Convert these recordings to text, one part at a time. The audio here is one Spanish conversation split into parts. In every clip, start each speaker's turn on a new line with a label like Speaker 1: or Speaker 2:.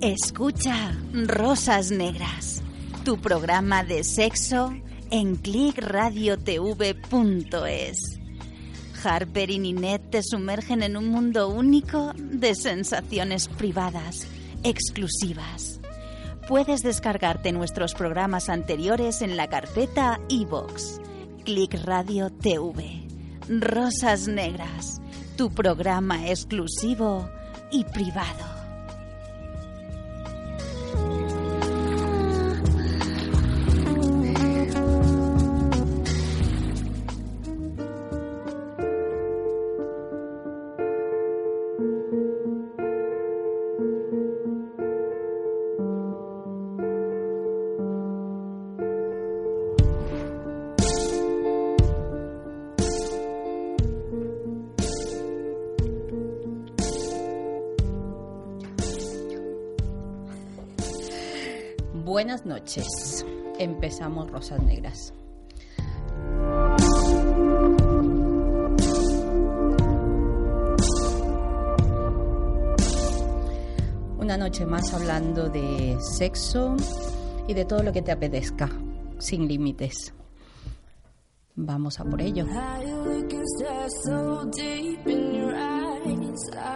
Speaker 1: Escucha Rosas Negras, tu programa de sexo en clickradiotv.es. Harper y Ninette te sumergen en un mundo único de sensaciones privadas, exclusivas. Puedes descargarte nuestros programas anteriores en la carpeta iVox. Click Radio TV. Rosas Negras, tu programa exclusivo y privado.
Speaker 2: Buenas noches. Empezamos Rosas Negras. Una noche más hablando de sexo y de todo lo que te apetezca, sin límites. Vamos a por ello.
Speaker 3: I look and stare so deep in your eyes.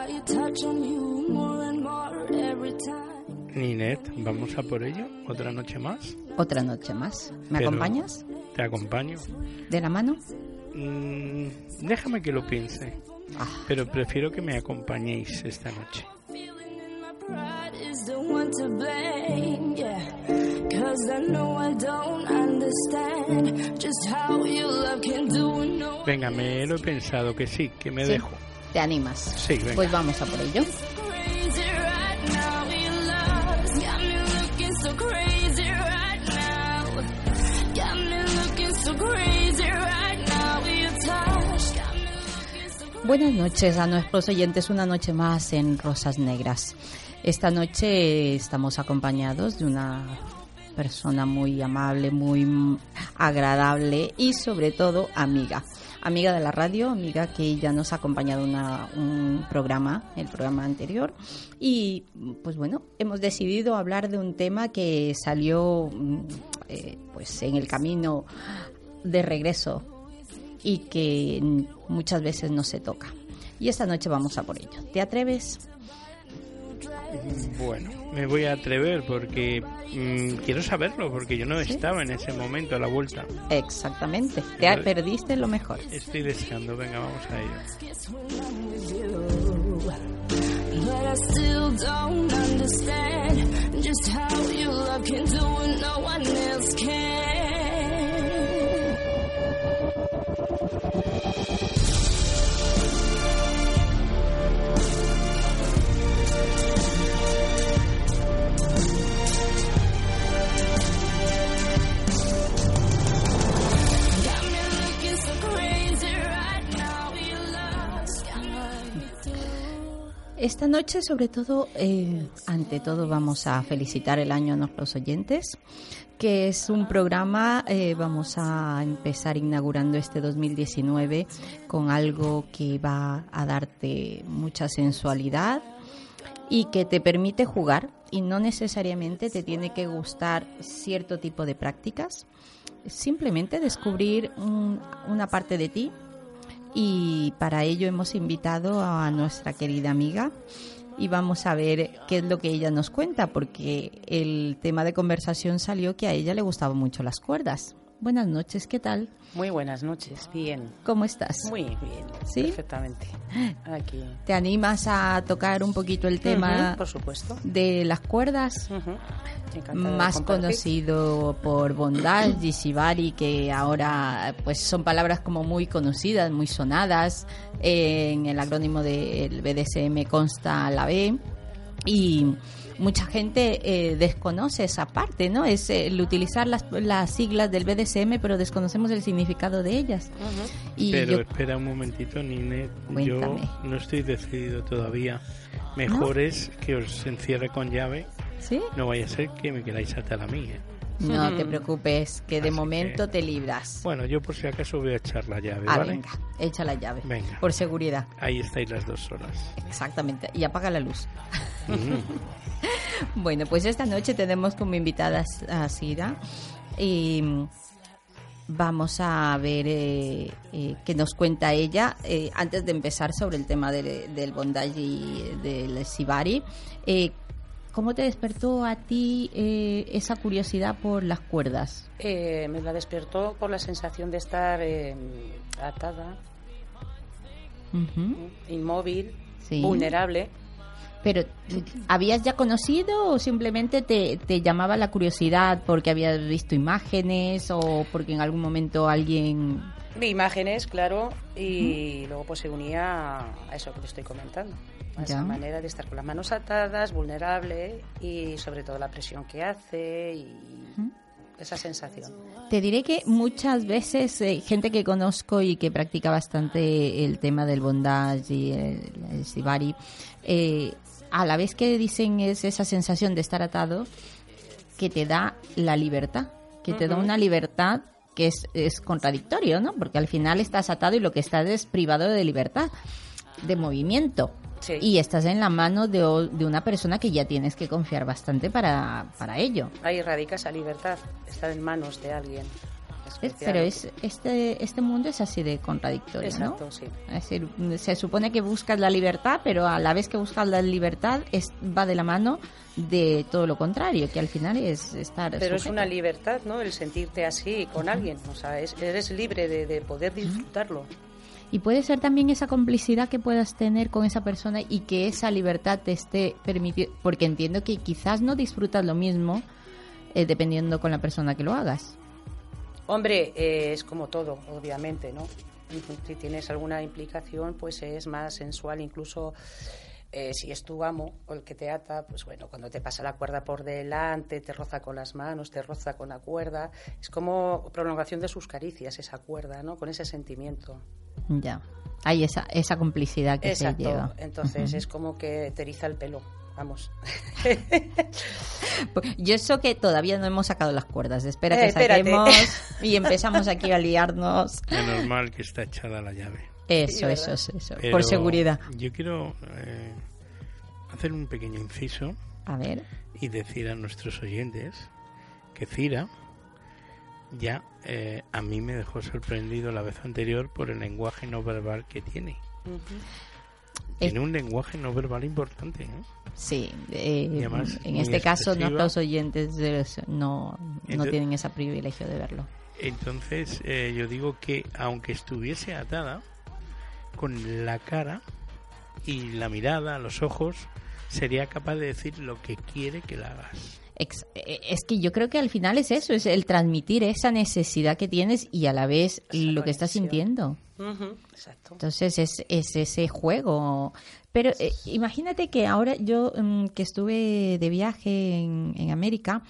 Speaker 3: I touch on you more and more every time.
Speaker 4: Ninet, vamos a por ello, otra noche más.
Speaker 2: Otra noche más. ¿Me
Speaker 4: Pero-
Speaker 2: acompañas?
Speaker 4: Te acompaño.
Speaker 2: ¿De la mano?
Speaker 4: Mm, déjame que lo piense,
Speaker 2: Ah,
Speaker 4: pero prefiero que me acompañéis esta noche.
Speaker 3: Feeling in my pride is the one to blame, yeah. Cause I know I don't understand just how your love can do it. No,
Speaker 4: Venga, me lo he pensado que sí, que me
Speaker 2: Sí.
Speaker 4: dejo.
Speaker 2: ¿Te animas?
Speaker 4: Sí, venga.
Speaker 2: Pues vamos a por ello.
Speaker 3: crazy right now. Your love's got me looking so crazy right now. Got me looking so crazy right now. Your touch got me looking so crazy.
Speaker 2: Buenas noches a nuestros oyentes, una noche más en Rosas Negras. Esta noche estamos acompañados de una persona muy amable, muy mm, agradable y sobre todo amiga. Amiga de la radio, amiga que ya nos ha acompañado una- un programa, el programa anterior. Y pues bueno, hemos decidido hablar de un tema que salió mm, eh, pues en el camino de regreso y que mm, muchas veces no se toca. Y esta noche vamos a por ello. ¿Te atreves?
Speaker 4: Bueno, me voy a atrever porque mm, quiero saberlo, porque yo no estaba en ese momento a la vuelta.
Speaker 2: Exactamente. Te a- perdiste lo mejor.
Speaker 4: Estoy deseando, venga, vamos a ello.
Speaker 3: But I still don't understand just how your love can do what no one else can. Got me looking so crazy right now. Your love's got me looking so
Speaker 2: Esta noche, sobre todo, eh, ante todo, vamos a felicitar el año a nuestros oyentes, que es un programa, eh, vamos a empezar inaugurando este 2019 con algo que va a darte mucha sensualidad y que te permite jugar y no necesariamente te tiene que gustar cierto tipo de prácticas, simplemente descubrir un- una parte de ti y para ello hemos invitado a nuestra querida amiga y vamos a ver qué es lo que ella nos cuenta, porque el tema de conversación salió que a ella le gustaban mucho las cuerdas. Buenas noches, ¿qué tal?
Speaker 5: Muy buenas noches, bien.
Speaker 2: ¿Cómo estás?
Speaker 5: Muy bien,
Speaker 2: ¿Sí?
Speaker 5: perfectamente. Aquí.
Speaker 2: ¿Te animas a tocar un poquito el
Speaker 5: Ujú,
Speaker 2: tema
Speaker 5: por supuesto.
Speaker 2: de las cuerdas?
Speaker 5: Ujú. Encantada de
Speaker 2: más
Speaker 5: compartir.
Speaker 2: conocido por bondad, Gishibari, que ahora pues son palabras como muy conocidas, muy sonadas. eh, En el acrónimo del BDSM consta la B. Y mucha gente eh, desconoce esa parte, ¿no? Es el utilizar las, las siglas del BDSM, pero desconocemos el significado de ellas. Y
Speaker 4: Pero
Speaker 2: yo-
Speaker 4: espera un momentito, Nine.
Speaker 2: Cuéntame.
Speaker 4: Yo no estoy decidido todavía. Mejor es que os encierre con llave.
Speaker 2: ¿Sí?
Speaker 4: No vaya a ser que me queráis saltar a mí. ¿eh?
Speaker 2: No te preocupes, que de
Speaker 4: Así que-
Speaker 2: momento te libras.
Speaker 4: Bueno, yo por si acaso voy a echar la llave,
Speaker 2: Ah,
Speaker 4: ¿vale?
Speaker 2: venga, echa la llave.
Speaker 4: Venga.
Speaker 2: Por seguridad.
Speaker 4: Ahí estáis las dos solas.
Speaker 2: Exactamente, y apaga la luz. bueno, pues esta noche tenemos como invitada a Sira y vamos a ver eh, eh, qué nos cuenta ella eh, antes de empezar sobre el tema de- del bondage y eh, del Sibari. eh, ¿Cómo te despertó a ti eh, esa curiosidad por las cuerdas?
Speaker 5: Eh, me la despertó por la sensación de estar eh, atada,
Speaker 2: Ujú,
Speaker 5: inmóvil,
Speaker 2: sí.
Speaker 5: vulnerable.
Speaker 2: Pero, ¿habías ya conocido o simplemente te, te llamaba la curiosidad porque habías visto imágenes o porque en algún momento alguien...
Speaker 5: Vi imágenes, claro, y luego pues se unía a eso que te estoy comentando.
Speaker 2: Ya.
Speaker 5: A esa manera de estar con las manos atadas, vulnerable y sobre todo la presión que hace y esa sensación.
Speaker 2: Te diré que muchas veces eh, gente que conozco y que practica bastante el tema del bondage y el, el shibari, eh, a la vez que dicen es esa sensación de estar atado, que te da la libertad, que te da una libertad que es, es contradictorio, ¿no? Porque al final estás atado y lo que estás es privado de libertad, de movimiento.
Speaker 5: Sí.
Speaker 2: Y estás en la mano de, o- de una persona que ya tienes que confiar bastante para, para ello.
Speaker 5: Ahí radica esa libertad, estar en manos de alguien.
Speaker 2: Es-
Speaker 5: especial.
Speaker 2: pero es este este mundo es así de contradictorio,
Speaker 5: Exacto,
Speaker 2: ¿no?
Speaker 5: sí.
Speaker 2: Es decir, se supone que buscas la libertad, pero a la vez que buscas la libertad es, va de la mano de todo lo contrario, que al final es estar
Speaker 5: Pero es
Speaker 2: sujeto.
Speaker 5: una libertad, ¿no? El sentirte así con alguien. O sea, es- eres libre de, de poder disfrutarlo.
Speaker 2: Y puede ser también esa complicidad que puedas tener con esa persona y que esa libertad te esté permitiendo, porque entiendo que quizás no disfrutas lo mismo eh, dependiendo con la persona que lo hagas.
Speaker 5: Hombre, eh, es como todo, obviamente, ¿no? Si tienes alguna implicación, pues es más sensual. Incluso eh, si es tu amo o el que te ata, pues bueno, cuando te pasa la cuerda por delante, te roza con las manos, te roza con la cuerda. Es como prolongación de sus caricias esa cuerda, ¿no? Con ese sentimiento.
Speaker 2: Ya. Hay esa, esa complicidad que se
Speaker 5: Exacto.
Speaker 2: lleva.
Speaker 5: Entonces es como que te eriza el pelo. Vamos.
Speaker 2: Pues, Yo eso que todavía no hemos sacado las cuerdas. Espera
Speaker 5: Eh,
Speaker 2: que
Speaker 5: espérate.
Speaker 2: saquemos y empezamos aquí a liarnos.
Speaker 4: Menos mal que está echada la llave.
Speaker 2: Eso,
Speaker 5: ¿verdad?
Speaker 2: eso, eso, eso.
Speaker 4: Pero
Speaker 2: Por seguridad.
Speaker 4: Yo quiero eh, hacer un pequeño inciso
Speaker 2: A ver.
Speaker 4: y decir a nuestros oyentes que Cira ya eh, a mí me dejó sorprendido la vez anterior por el lenguaje no verbal que tiene. Tiene un lenguaje no verbal importante. ¿eh?
Speaker 2: Sí, eh,
Speaker 4: Y además,
Speaker 2: en
Speaker 4: muy
Speaker 2: este caso
Speaker 4: expresiva.
Speaker 2: nuestros oyentes eh, no, no
Speaker 4: Entonces-
Speaker 2: tienen ese privilegio de verlo.
Speaker 4: Entonces eh, yo digo que aunque estuviese atada, con la cara y la mirada, los ojos, sería capaz de decir lo que quiere que la hagas.
Speaker 2: Ex- eh, Es que yo creo que al final es eso, es el transmitir esa necesidad que tienes y a la vez lo que estás
Speaker 5: conexión.
Speaker 2: sintiendo.
Speaker 5: Ujú, Exacto.
Speaker 2: Entonces es, es ese juego. Pero eh, imagínate que ahora yo mm, que estuve de viaje en, en América,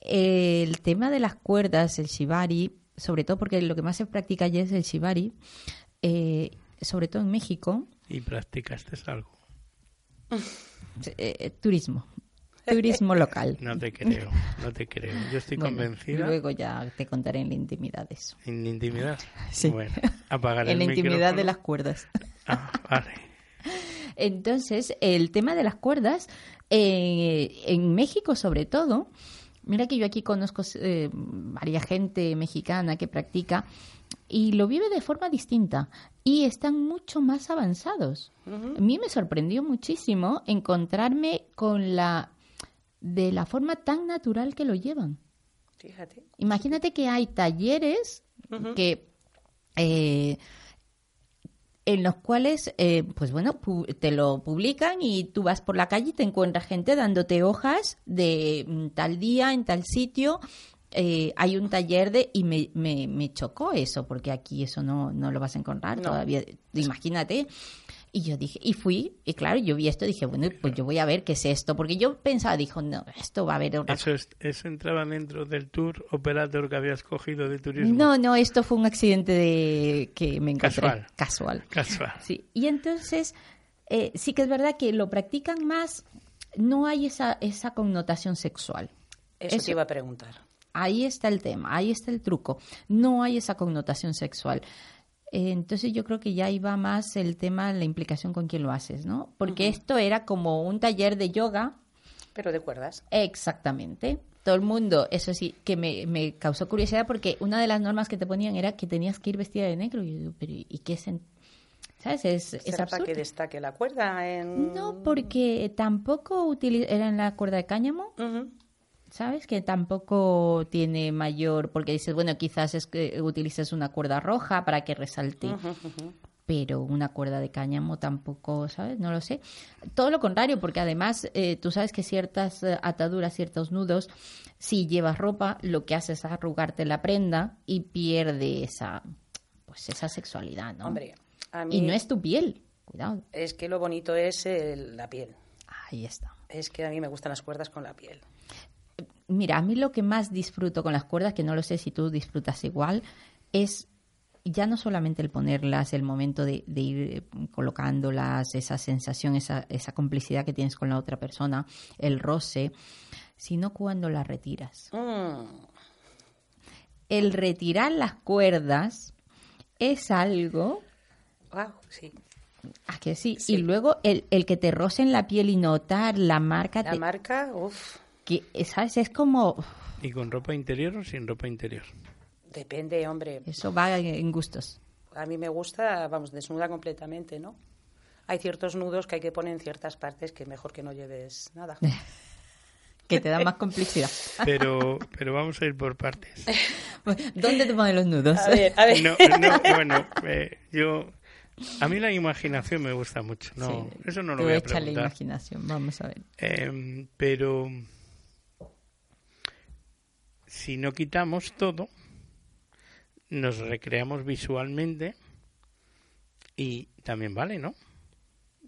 Speaker 2: el tema de las cuerdas, el shibari, sobre todo porque lo que más se practica allí es el shibari, eh, sobre todo en México,
Speaker 4: Y practicaste algo.
Speaker 2: eh, eh, turismo, turismo local.
Speaker 4: No te creo, no te creo. Yo estoy
Speaker 2: Bueno,
Speaker 4: convencida.
Speaker 2: Luego ya te contaré en la intimidad eso.
Speaker 4: En la intimidad.
Speaker 2: Sí.
Speaker 4: Bueno, apagar
Speaker 2: En la
Speaker 4: el
Speaker 2: intimidad de las
Speaker 4: micrófono.
Speaker 2: cuerdas.
Speaker 4: Ah, vale.
Speaker 2: Entonces, el tema de las cuerdas, eh, en México sobre todo, mira que yo aquí conozco eh, varias gente mexicana que practica y lo vive de forma distinta y están mucho más avanzados. A mí me sorprendió muchísimo encontrarme con la de la forma tan natural que lo llevan.
Speaker 5: Fíjate.
Speaker 2: Imagínate que hay talleres
Speaker 5: Ujú.
Speaker 2: que eh, en los cuales, eh, pues bueno, pu- te lo publican y tú vas por la calle y te encuentras gente dándote hojas de mm, tal día en tal sitio. Eh, hay un taller de y me, me- me chocó eso porque aquí eso no, no lo vas a encontrar
Speaker 5: No.
Speaker 2: todavía. Imagínate. Y yo dije, y fui, y claro, yo vi esto, dije, bueno, pues yo voy a ver qué es esto, porque yo pensaba, dijo, no, esto va a haber otra
Speaker 4: Eso, es- eso entraba dentro del tour operador que habías cogido de turismo.
Speaker 2: No, no, esto fue un accidente de que me encontré.
Speaker 4: Casual.
Speaker 2: Casual.
Speaker 4: Casual.
Speaker 2: Sí. Y entonces, eh, sí que es verdad que lo practican más, no hay esa, esa connotación sexual.
Speaker 5: Eso,
Speaker 2: Eso-
Speaker 5: te iba a preguntar.
Speaker 2: Ahí está el tema, ahí está el truco. No hay esa connotación sexual. Eh, Entonces yo creo que ya iba más el tema, la implicación con quien lo haces, ¿no? Porque esto era como un taller de yoga,
Speaker 5: Pero de cuerdas.
Speaker 2: Exactamente. Todo el mundo, eso sí, que me, me causó curiosidad porque una de las normas que te ponían era que tenías que ir vestida de negro. Y yo digo, pero ¿y qué es? en- ¿Sabes? Es, es
Speaker 5: ¿Será para
Speaker 2: absurdo.
Speaker 5: que destaque la cuerda en...
Speaker 2: No, porque tampoco utili- era en la cuerda de cáñamo,
Speaker 5: Ujú.
Speaker 2: ¿sabes? Que tampoco tiene mayor, porque dices, bueno, quizás es que utilices una cuerda roja para que resalte
Speaker 5: Ujú, ujú.
Speaker 2: pero una cuerda de cáñamo tampoco, ¿sabes? No lo sé. Todo lo contrario, porque además eh, tú sabes que ciertas eh, ataduras, ciertos nudos, si llevas ropa, lo que hace es arrugarte la prenda y pierde esa, pues esa sexualidad, ¿no?
Speaker 5: Hombre, a mí
Speaker 2: Y no es tu piel, cuidado.
Speaker 5: es que lo bonito es el- la piel.
Speaker 2: Ahí está.
Speaker 5: Es que a mí me gustan las cuerdas con la piel.
Speaker 2: Mira, a mí lo que más disfruto con las cuerdas, que no lo sé si tú disfrutas igual, es ya no solamente el ponerlas, el momento de, de ir eh, colocándolas, esa sensación, esa, esa complicidad que tienes con la otra persona, el roce, sino cuando las retiras.
Speaker 5: Mm,
Speaker 2: El retirar las cuerdas es algo
Speaker 5: guau, sí.
Speaker 2: ¿a que sí?
Speaker 5: Sí.
Speaker 2: Y luego el, el que te rocen la piel y notar la marca,
Speaker 5: La
Speaker 2: te-
Speaker 5: marca, uff,
Speaker 2: que, ¿sabes? Es como, uf,
Speaker 4: ¿Y con ropa interior o sin ropa interior?
Speaker 5: depende, hombre.
Speaker 2: eso va en gustos.
Speaker 5: A mí me gusta, vamos, desnuda completamente, ¿no? Hay ciertos nudos que hay que poner en ciertas partes que mejor que no lleves nada.
Speaker 2: Que te da más complicidad.
Speaker 4: Pero, pero vamos a ir por partes.
Speaker 2: ¿Dónde te ponen los nudos?
Speaker 5: A ver, a ver.
Speaker 4: No, no, bueno, eh, yo... A mí la imaginación me gusta mucho. No,
Speaker 2: Sí,
Speaker 4: eso no lo
Speaker 2: tú
Speaker 4: voy a
Speaker 2: échale
Speaker 4: preguntar.
Speaker 2: imaginación, vamos a ver.
Speaker 4: Em, pero si no quitamos todo, nos recreamos visualmente y también vale, ¿no?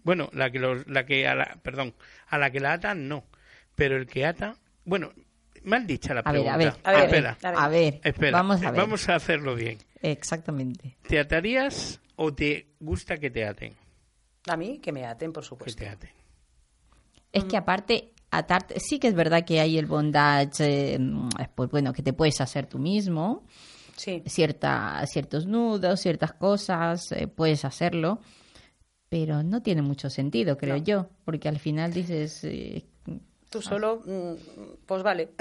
Speaker 4: Bueno, la que, los- la que a la, perdón, a la que la atan no, pero el que ata, bueno, mal dicha la
Speaker 2: A ver,
Speaker 4: pregunta.
Speaker 2: a ver,
Speaker 5: A ver,
Speaker 4: espera,
Speaker 5: a ver.
Speaker 2: a ver,
Speaker 4: espera,
Speaker 2: vamos a
Speaker 4: eh,
Speaker 2: ver.
Speaker 4: vamos a hacerlo bien.
Speaker 2: Exactamente.
Speaker 4: ¿Te atarías o te gusta que te aten?
Speaker 5: A mí que me aten, por
Speaker 4: Que
Speaker 5: supuesto.
Speaker 4: te aten.
Speaker 5: Mm.
Speaker 2: Es que aparte atarte, sí que es verdad que hay el bondage, eh, pues bueno, que te puedes hacer tú mismo,
Speaker 5: Sí.
Speaker 2: cierta, ciertos nudos, ciertas cosas, eh, puedes hacerlo, pero no tiene mucho sentido, creo
Speaker 5: No.
Speaker 2: yo, porque al final dices, eh,
Speaker 5: Tú solo, mm, pues vale.